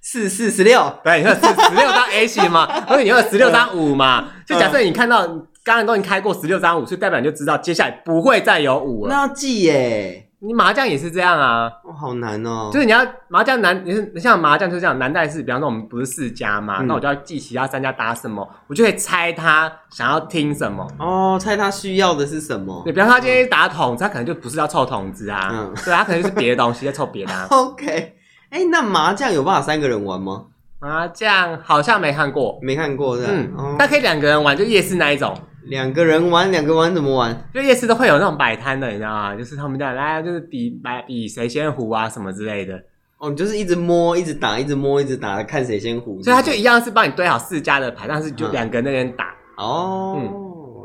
四四十六，
对，你会十十六张 A 洗
<laughs>
嘛，所以你会十六张五嘛。
嗯
就假设你看到刚才都已经开过十六张五，所以代表你就知道接下来不会再有五了。
那要记耶，
你麻将也是这样啊，
哇、好难哦。
就是你要麻将难，你是像麻将就是这样，难在是，比方说我们不是四家嘛，
嗯
那我就要记其他三家打什么，我就可以猜他想要听什么。
哦，猜他需要的是什么
对，比方说他今天打筒子，他可能就不是要凑筒子啊，
嗯。
对，他可能就是别的东西在凑别的、啊
？OK，哎、那麻将有办法三个人玩吗？
麻将好像没看过，
没看过的，
嗯，但
哦，
可以两个人玩，就夜市那一种，
两个人玩，两个玩怎么玩？
就夜市都会有那种摆摊的，你知道吗？就是他们这样来，就是比摆比谁先胡啊什么之类的，
哦，你就是一直摸，一直打，一直摸，一直打，看谁先胡。
所以他就一样是帮你堆好四家的牌，但是你就
嗯
两个人在那边打，
哦，
嗯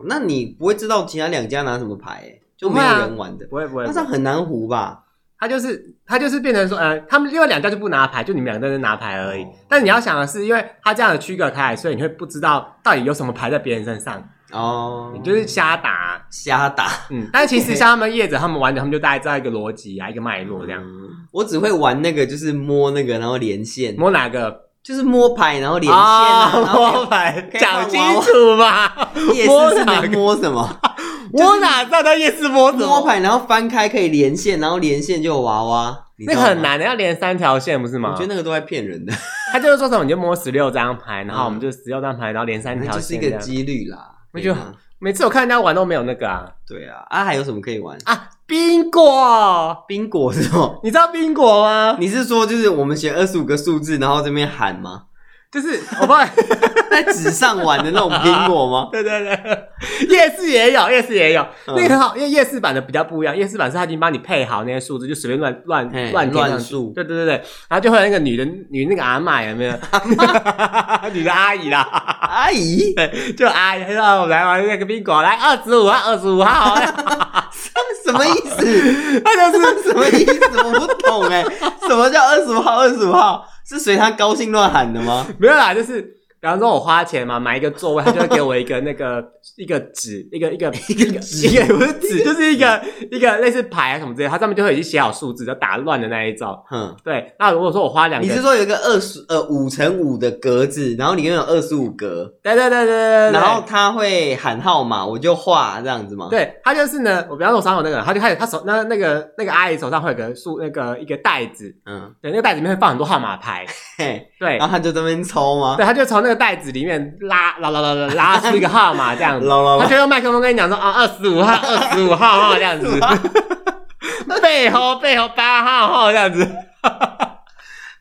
那你不会知道其他两家拿什么牌、哎就
不
没
会
有
啊
人玩的，
不会不会
那
不
这
会，
样很难胡吧？
他就是他就是变成说，呃，他们另外两家就不拿牌，就你们两个人拿牌而已。
哦
但你要想的是，因为他这样的区隔开来，所以你会不知道到底有什么牌在别人身上，
哦，
你就是瞎打啊、
瞎打。
嗯，但其实像他们业者，他们玩的，他们就大概知道一个逻辑啊，一个脉络这
嗯
样。
我只会玩那个，就是摸那个，然后连线，
摸哪个？
就是摸牌，然后连线啊。
哦
然后
<laughs> 摸牌，
可以
讲
换
清楚嘛。
<laughs> 夜
摸
市是
哪
能
个？
摸什么？
我哪知道他夜市摸什
摸
么？
牌，然后翻开可以连线，然后连线就有娃娃。你知
那
道
个
吗
很，难的，要连三条线不是
我
吗
觉得？那个都在骗人的，
他就是说什么你就摸十六张牌，然后
嗯
我们就十六张牌，然后连
<laughs>
三条
就是一
线这
个
样。
几率啦。
我觉得
对啊
每次我看人家玩都没有那个啊
对啊，啊还有什么可以玩？
啊，冰果，
冰果 <laughs> 是吗？
你知道冰果吗？
你是说就是我们写二十五个数字，然后这边喊吗？ <laughs>
就是我不知道，？
在纸上玩的那种苹果吗
<laughs> 对对对，夜市也有，夜市也有，
嗯
那个很好，因为夜市版的比较不一样，夜市版是他已经帮你配好那些数字，就随便乱乱
嘿
乱填上
乱
去
数，
对对对对，然后就会有那个女的女那个阿嬷有 <laughs> 没有？女的阿姨啦，
阿姨，
就阿姨她说啊我们来玩那个宾果，来二十五号，二十五号，
什么意思？ <laughs>
他就是
什么意思？我不懂哎、什么叫二十五号？二十五号是随他高兴乱喊的吗？
没有啦，就是比方说我花钱嘛，买一个座位，他就会给我一个那个一个纸，一个一个一个
纸
一个不是纸，就是一个一个类似牌啊什么之类的，它上面就会已经写好数字，就打乱的那一种。
哼，
对，那如果说我花两
你
个，
是说有一个二十呃五乘五的格子，然后里面有二十五格，
对对对对对对，
然后他会喊号码，我就画这样子吗？，
对他就是呢，我比方说我手上有那个，他就开始他手那那个那个阿姨手上会有个数那个一个袋子，
嗯，
对，那个袋子里面会放很多号码牌，
嘿，
对
然。后他就在那边抽吗？
对，他就从那个袋子里面拉拉拉拉拉拉出一个号码这样子，
啦啦
他
啦，
就用麦克风跟你讲说啊，二十五号，二十五号哈这样子，背后背后八号哈这样子，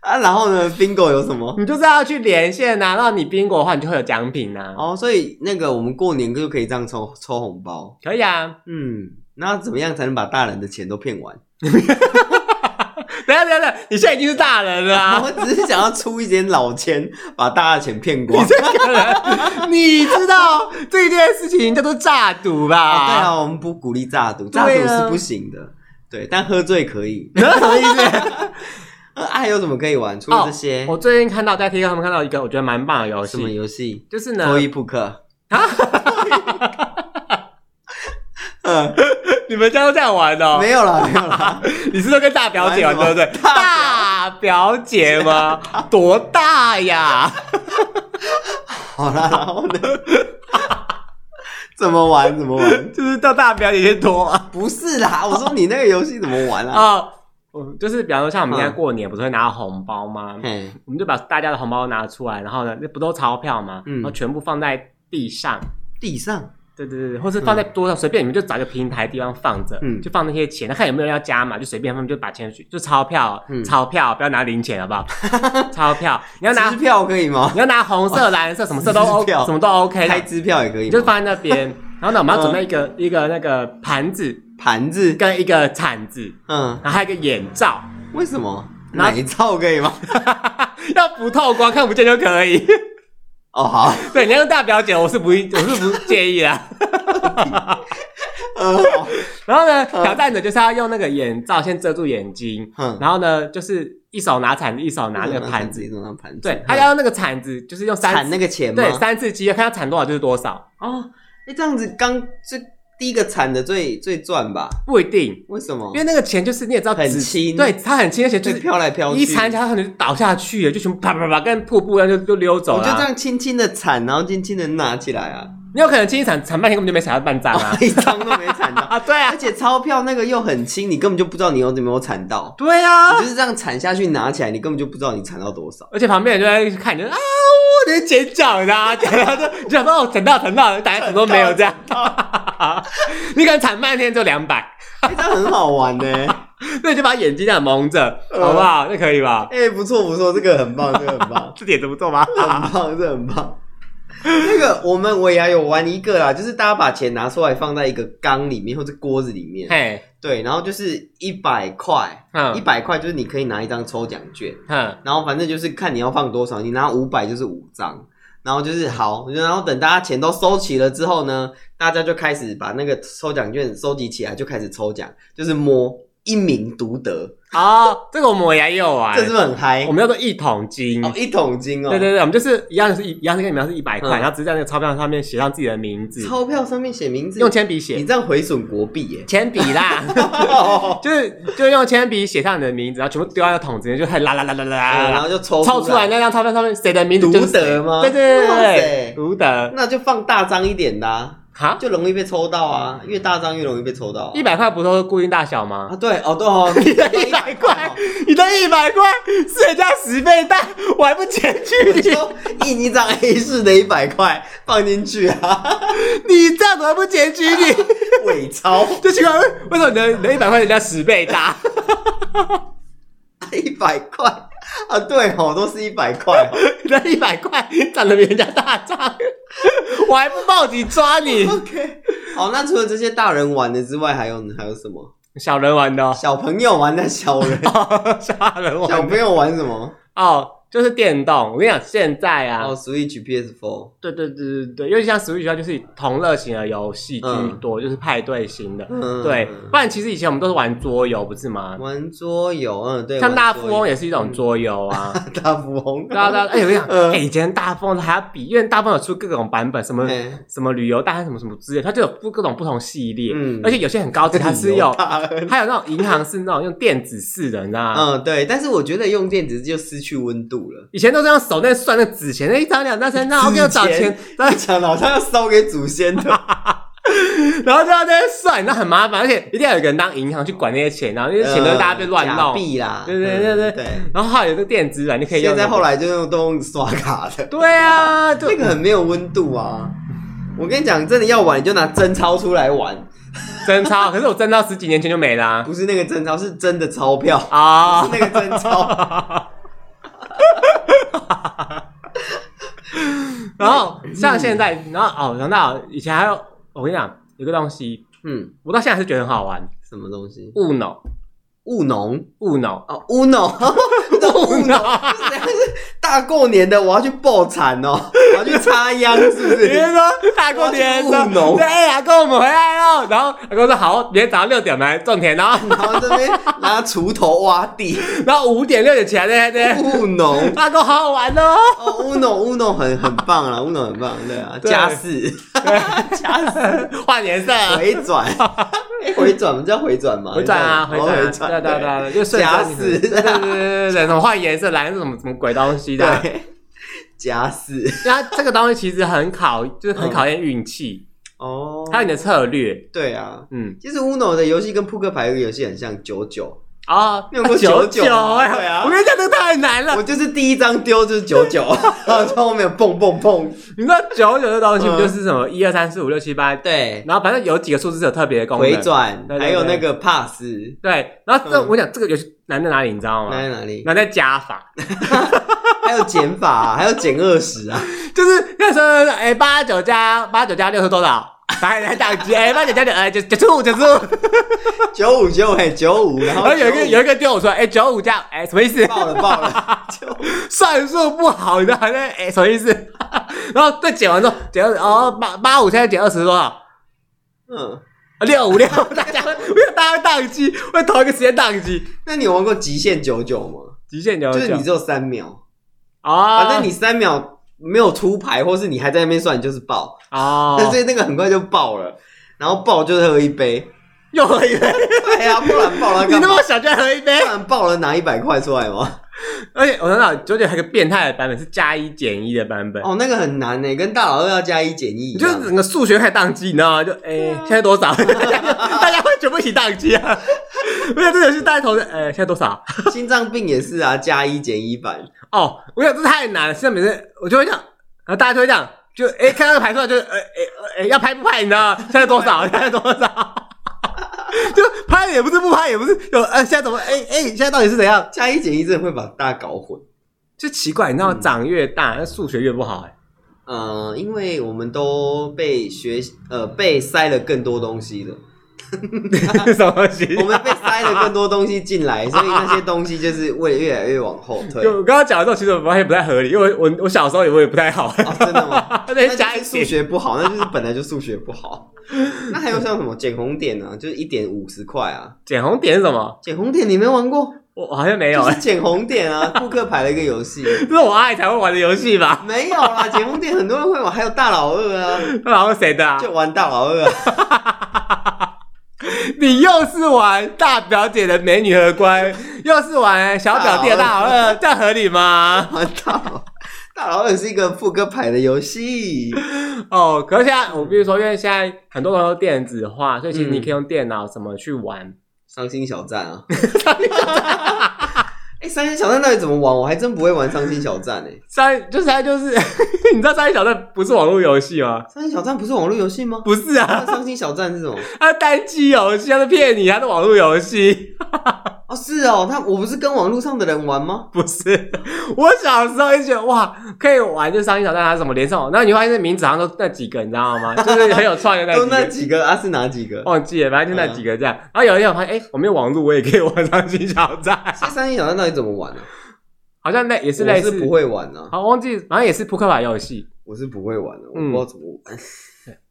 啊，然后呢，bingo 有什么？
你就是要去连线呐、啊。然后你宾果的话，你就会有奖品呐、啊。
哦，所以那个我们过年就可以这样抽抽红包，
可以啊，
嗯，那怎么样才能把大人的钱都骗完？ <laughs>
等一下等一下等一下，你现在已经是大人了、啊。 <laughs>
我只是想要出一点老钱，把大家的钱
<laughs>
骗光。
这个人，你知道这件事情叫做诈赌吧？
啊，对，啊，我们不鼓励诈赌，诈
对
赌
啊
是不行的。对，但喝醉可以。 <laughs>
什么意思？
呃还有什么可以玩？除了这些，
我最近看到在 TikTok 上面看到一哦个我觉得蛮棒的游
什么
戏，
游戏？
就是呢
脱，衣扑克。
<laughs> 你们家都这样玩哦
嗯没有啦，没有啦。
<laughs> 你是说跟大表姐玩对
玩
不
什么
对？大表姐吗？多大呀？ <laughs>
好啦，然后呢？怎么玩？怎么玩？
就是到大表姐去多啊。
不是啦，我说你那个游戏怎么玩啊？
哦嗯就是比方说像我们现在过年不是会拿到红包吗？
嘿，
我们就把大家的红包拿出来，然后呢，那不都钞票吗？
嗯
然后全部放在地上。
地上
对对对对，或是放在桌上，随便你们就找一个平台地方放着，
嗯
就放那些钱，看有没有人要加嘛，就随便他们就把钱去，就钞票，
嗯
钞票不要拿零钱好不好？钞票，你要拿
支票可以吗？
你要拿红色、蓝色，什么色都
<laughs>
O，
支票
什么都 OK，
开支票也可
你
以吗。嗯
就放在那边。然后呢，我们要准备一个、一个那个盘子
盘子，
跟一个铲子，
嗯，
然后还有一个眼罩， <laughs>
为什么？
拿
奶罩可以吗？
要不透光看不见就可以。 <laughs>
哦，好，
对，你要用大表姐，我是不一我是不介意啦。 <laughs>
呃，好
然后呢，
嗯
挑战者就是要用那个眼罩先遮住眼睛，
哼，
然后呢，就是一手拿铲子，一手拿那个盘子。
一嗯种拿盘子，
对
哼，
他要用那个铲子，就是用三
产
次
那个钱吗？
对三次机会，看他铲多少就是多少，
哦，哎，这样子刚这第一个产的最最赚吧？
不一定，
为什么
因？为那个钱就是你也知道
很
纸
轻
对，它很轻，而且就
就是飘来飘去，
一缠起来，它可能就倒下去了，就全部啪啪啪，跟瀑布一样就就溜走
我
了。啊
就这样轻轻的铲，然后轻轻的拿起来
<laughs>
啊，
你有可能轻一铲铲半天根本就没铲到半张啊！
一张都没
<laughs>
铲到。
啊，对啊
而，且钞票那个又很轻，你根本就不知道你有没有铲到，
对
你
啊，
就是这样铲下去拿起来，你根本就不知道你铲到多少。
而且旁边人就在看你，就啊，我的尖叫的啊，然后就你就想说哦，铲到铲到，大家怎么都没有这样？ <laughs> 你可能铲半天就两百，
哎，这样很好玩呢、
那你就把眼睛这样蒙着，
呃
好不好？这可以吧？
哎、不错不错，这个很棒，这个很棒。
这点子不错吗？
很棒，这很棒。那个我们尾牙有玩一个啦，就是大家把钱拿出来放在一个缸里面或者锅子里面，
嘿，
对，然后就是一百块，一
嗯
百块就是你可以拿一张抽奖券，
嗯，
然后反正就是看你要放多少，你拿五百就是五张，然后就是好，然后等大家钱都收齐了之后呢，大家就开始把那个抽奖券收集起来，就开始抽奖，就是摸一名独得，
好，这个我们也有玩
这，是不是很嗨
我？们叫做一桶金。
哦，一桶金
哎
哦，
嗯对对对，我们就是一样是一一样是跟你们一样是一百块，
嗯
然后只是在那个钞票上面写上自己的名字，
钞票上面写名字，
用铅笔
你
写，
这样毁损国币
<laughs>
耶、
铅笔啦，就是就是用铅笔写上你的名字，然后全部丢到那个桶子里面，就开始啦啦啦啦啦
啊然
啦
后就抽
啦，抽出来，那张钞票上面谁的名字就是谁
独得吗
对对对
哇
对
塞，
独得
那就放大张一点的、啊，
哈，
就容易被抽到啊，越大张越容易被抽到啊、
一百块不都是固定大小吗
啊，？对，哦
<laughs>
对哦，
你的一百块，你的一百块是人家十倍大，我还不捡去你，
就印一张 A 四的一百块放进去啊，
你这样我还不捡去你？ <laughs>
伪钞，
就奇怪，为什么你的你的一百块人家十倍大？
一百块啊，对哦，都是一百块哦，？
那一百块长得比人家大张，我还不报警抓你
OK，好，那除了这些大人玩的之外，还有还有什么？
小人玩的、哦，
小朋友玩的小人，
小人
小
玩的
朋友玩什么？
哦，就是电动。我跟你讲，现在啊，
哦，Switch、PS Four，
对对对对对，因为像 Switch 它就是同乐型的游戏居多，就是派对型的。
嗯，
对，不然其实以前我们都是玩桌游，不是吗？
玩桌游，嗯，对，
像
玩
大
桌
富
游
翁也是一种桌游啊。
大富翁，
大家大家，哎、我跟你讲，
<laughs> 嗯
哎以前大富翁还要比，因为大富翁有出各种版本，什么
哎
什么旅游大亨什么什么之类，它就有各种不同系列，
嗯
而且有些很高级，它是有，
大亨
还有那种银行是那种用电子式的，你知道吗？
嗯，对，但是我觉得用电子就失去温度了。
以前都是用手那算那纸钱，那一张两张三张，然后给我找
纸
钱
钱，
然后
讲的好像要烧给祖先的，
然后就要在那边算，那很麻烦，而且一定要有个人当银行去管那些钱，然后那些钱都是大家被乱
呃假
弄。
币啦，
对对对对
嗯对。
然后还有一个电子软，你可以用
现
那个。
在后来就用都用刷卡的，
对啊，就
那个很没有温度啊。我跟你讲，真的要玩你就拿真钞出来玩，
真钞，可是我真钞十几年前就没啊啦。
不是那个真钞，是真的钞票， <laughs>
啊
是那个真钞。
<laughs> 然后像现在，然后哦，想到以前还有，我跟你讲，有个东西，
嗯，
我到现在还是觉得很好玩
什么东西？
，uno
务农
uno
哦，务农， <laughs> 务农，
uno，
大过年的我要去爆
<laughs>
产哦，我要去插秧，是不
你 <laughs> 是
是？ <laughs>
说大过年的时
务农
候，对，阿公我们回来喽。然后阿公说好，明天早上六点我们来种田，然后
然后这边拿锄头挖地，
<laughs> 然后五点六点起来在那
<laughs>
边，
务农。
阿公好好玩
<laughs>
哦。
哦，乌弄乌弄很很棒啦，乌弄很棒，对啊，
对
加四
掐死， <laughs> 换颜色，
回转，
<laughs>
哎回转，我们叫回转吗？
回转啊，回
哦
转啊，
回
对
转，
对对对，就顺
夹
着你
死
对对对对对，什么换颜色，蓝色什么什么鬼东西的。
对， <laughs> 加四
那这个东西其实很考，就是很考验运气，
哦，
还有你的策略。
对啊。
嗯，
其实乌弄的游戏跟扑克牌的游戏很像，九九，
哦，
你有过
九
九九吗
哎，
对啊
我跟你讲，这个太难了
我。就是第一张丢就是九
<laughs>
九，然后在后面有蹦蹦蹦，
你知道九九这东西
嗯
不就是什么一二三四五六七八，
对，
然后反正有几个数字是有特别的功能。
回转，
对对对
还有那个 pass，
对，然后这
嗯
我讲这个游戏难在哪里，你知道
那
吗？
在哪里？
难在加法，
还有减法啊，还有减二
<laughs>
十啊，
<laughs> 就是那时候哎八九加八九加六是多少？来来打击哎八九加九哎九九十五九十五，
九五九哎九五，然
然
后
后有一个
95
有一个丢我说哎九五加哎什么意思？
爆了爆了， <laughs> 就
算术不好，你知道还在哎什么意思？ <laughs> 然后再减完之后，减二十哦八八五现在减二十多少？
嗯。
六 <laughs> 五六，大家会因为大家会宕机，会同一个时间宕机，
那你有玩过极限九九吗？
极限九
就
九
是你只有三秒，
啊，
反正你三秒没有出牌，或是你还在那边算，你就是爆。
<laughs> 哦，
所以那个很快就爆了，然后爆就是喝一杯。 <laughs>
又喝一杯，
对啊，不然爆
<laughs>
了
你
干
那
嘛
么？小就喝一杯
<laughs> 不，然爆了拿一百块出来
<laughs>
吗？
而且我想到九九还有个变态的版本是加一减一的版本，
哦，那个很难呢、跟大老二要加一减一一
你就
样嗯
是。整个数学开始宕机，你知道吗？就哎、现在
<laughs>
多少？大家大家会全部一起宕机啊！没有这游戏大家同时哎、现在多少？
<laughs> 心脏病也是啊，加一减一版。
哦，我想这太难了，现在每次我就会这样，然后大家就会这样，就哎、看到个牌出来就呃哎哎要拍不拍，你知道吗？现在多少？现在多少？ <laughs> 就拍也不是，不拍也不是，有呃现在怎么哎 <laughs> 哎、现在到底是怎样？
加一减一真的会把大家搞混。
就奇怪，你知道
嗯
吗？长越大，那数学越不好哎、 <laughs>
呃，因为我们都被学呃被塞了更多
<laughs>
东西了。
什么东西？
我们被塞了更多东西进来，所以那些东西就是为越来越往后
<laughs>
推。
就我刚刚讲的时候，其实我发现不太合理，因
<laughs>
为我我我小时候也我也不太好，
哦，真的
<laughs>
吗？
再
那
加
就
一
是数
点，
学不好，那就是本来就数学不好。 <laughs> 那还有像什么捡红点呢、就是一点五十块啊。
捡红点是什么？
捡红点你没玩过？
我我好像没有
就
哎、
是捡红点啊，扑克牌的一个游
<laughs>
戏。
这是我阿姨才会玩的游戏吧？
没有啦，捡红点很多人会玩，还有大老二啊，
然后谁的、啊？
就玩大老二啊。 <laughs>
你又是玩大表姐的美女和
<laughs>
乖，又是玩小表弟的大老二，这样合理
<laughs>
吗？
玩大老大老二是一个扑克牌的游戏。
哦，可是现在我比如说，因为现在很多都电子化，所以其实你可以用电脑怎么去玩。
伤心小
<laughs>
站啊，哎、伤心小站到底怎么玩？我还真不会玩伤心小站哎、
三就是它就是， <laughs> 你知道三小站不是网络游戏吗？
伤心小站不是网络游戏吗？
不是啊，
那伤心小站是什么？
它是单机游戏，它是骗你，它是网络游戏。
哦，是哦，他我不是跟网络上的人玩吗？
<laughs> 不是，我小时候就觉得哇，可以玩就伤心小站，还是什么连上网，然后你会发现这名字好像都那几个，你知道
<laughs>
吗？就是很有创意的那
都
几
那
个。哦
几个啊，嗯是哪几个？
忘记了，反正就那几个这样。然后有一天我发现，哎、我没有网络，我也可以玩伤心小站， <laughs>
这啊三星小站到底怎么玩呢、啊？
好像那也是
我
类
是
似，
不会玩啊，
好忘记，好像也是扑克牌游戏。
我是不会玩的、啊我不
嗯
知道怎么玩。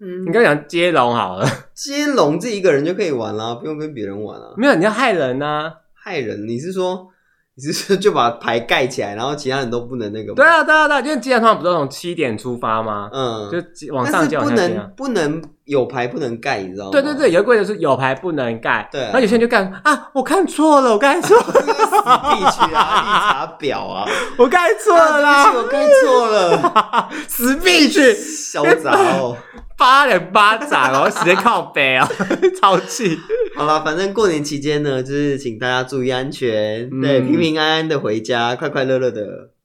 嗯
你跟我讲接龙好
<laughs>
了，
接龙自己一个人就可以玩啦、不用跟别人玩啊。
没有你要害人啊呐、
害人，你是说你是说就把牌盖起来，然后其他人都不能那个吗？
对啊，对啊，对啊，因为基本上不都从七点出发吗？
嗯，
就几往
但
上
是
接
不
往下接啊。
能不能有牌不能盖，你知道吗？
对对对，有一个规则是有牌不能盖，
对啊
然后有些人就干啊，我看错了，我看错，
这个死必须啊，立查表
<laughs>
啊，
我看错了
啊
啦，
对不起我盖错
<laughs>
了，
死必去
小杂哦。
八人巴掌哦，直接靠背哦， <laughs> 超气。 <laughs>
<laughs> 好了，反正过年期间呢，就是请大家注意安全，
嗯
对，平平安安的回家，快快乐乐的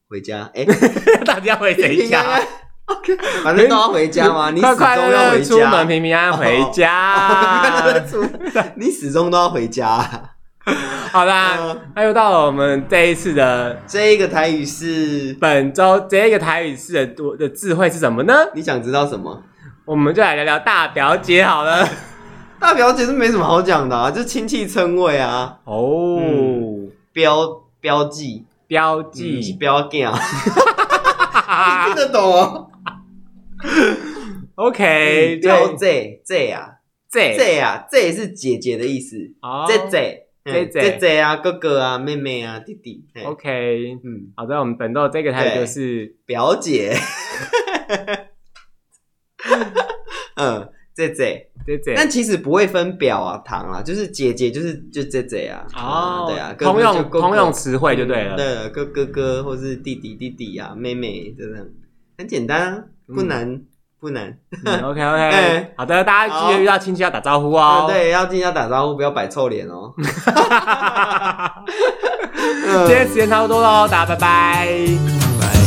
回家。哎、
大家会等一
平平安
下
安，反正都要回家嘛，你始
快
终
快乐
要
乐
回
出门，
家。哦
平平安安回家。
快乐乐出门， <laughs> 你始终都要回家。
<laughs> 好啦，
哦
那又到了我们这一次的
这一个台语是，
本周这一个台语式的的智慧是什么呢？
你想知道什么？
我们就来聊聊大表姐好
<laughs>
了。
大表姐是没什么好讲的啊，就亲戚称谓啊，
哦，
嗯标标记，
标
嗯是
记，啊
标记啊， <laughs> 听得懂哦？
<laughs> OK，
嗯标
就
这这啊，
这
这啊，这是姐姐的意思。
好
姐姐，
哦嗯姐
嗯姐姐啊，哥哥啊，妹妹啊，弟弟，嘿
OK，
嗯，
好的，我们等到这个台语就是
表姐， <laughs> 嗯，姐姐，
这这
但其实不会分表啊、堂啊，就是姐姐就是就姐姐啊，
哦
嗯，对啊，哥
通
哥就
用
哥哥
通用词汇就对了。
对，哥哥哥或是弟弟弟弟啊，妹妹就这样，很简单啊，不
嗯
难不难，
OK
哎
OK，好的，大家记
好
得遇到亲戚要打招呼
啊，
哦。
对，要尽量打招呼，不要摆臭
<laughs>
脸哦。嗯
今天时间差不多喽，大家拜拜。
拜拜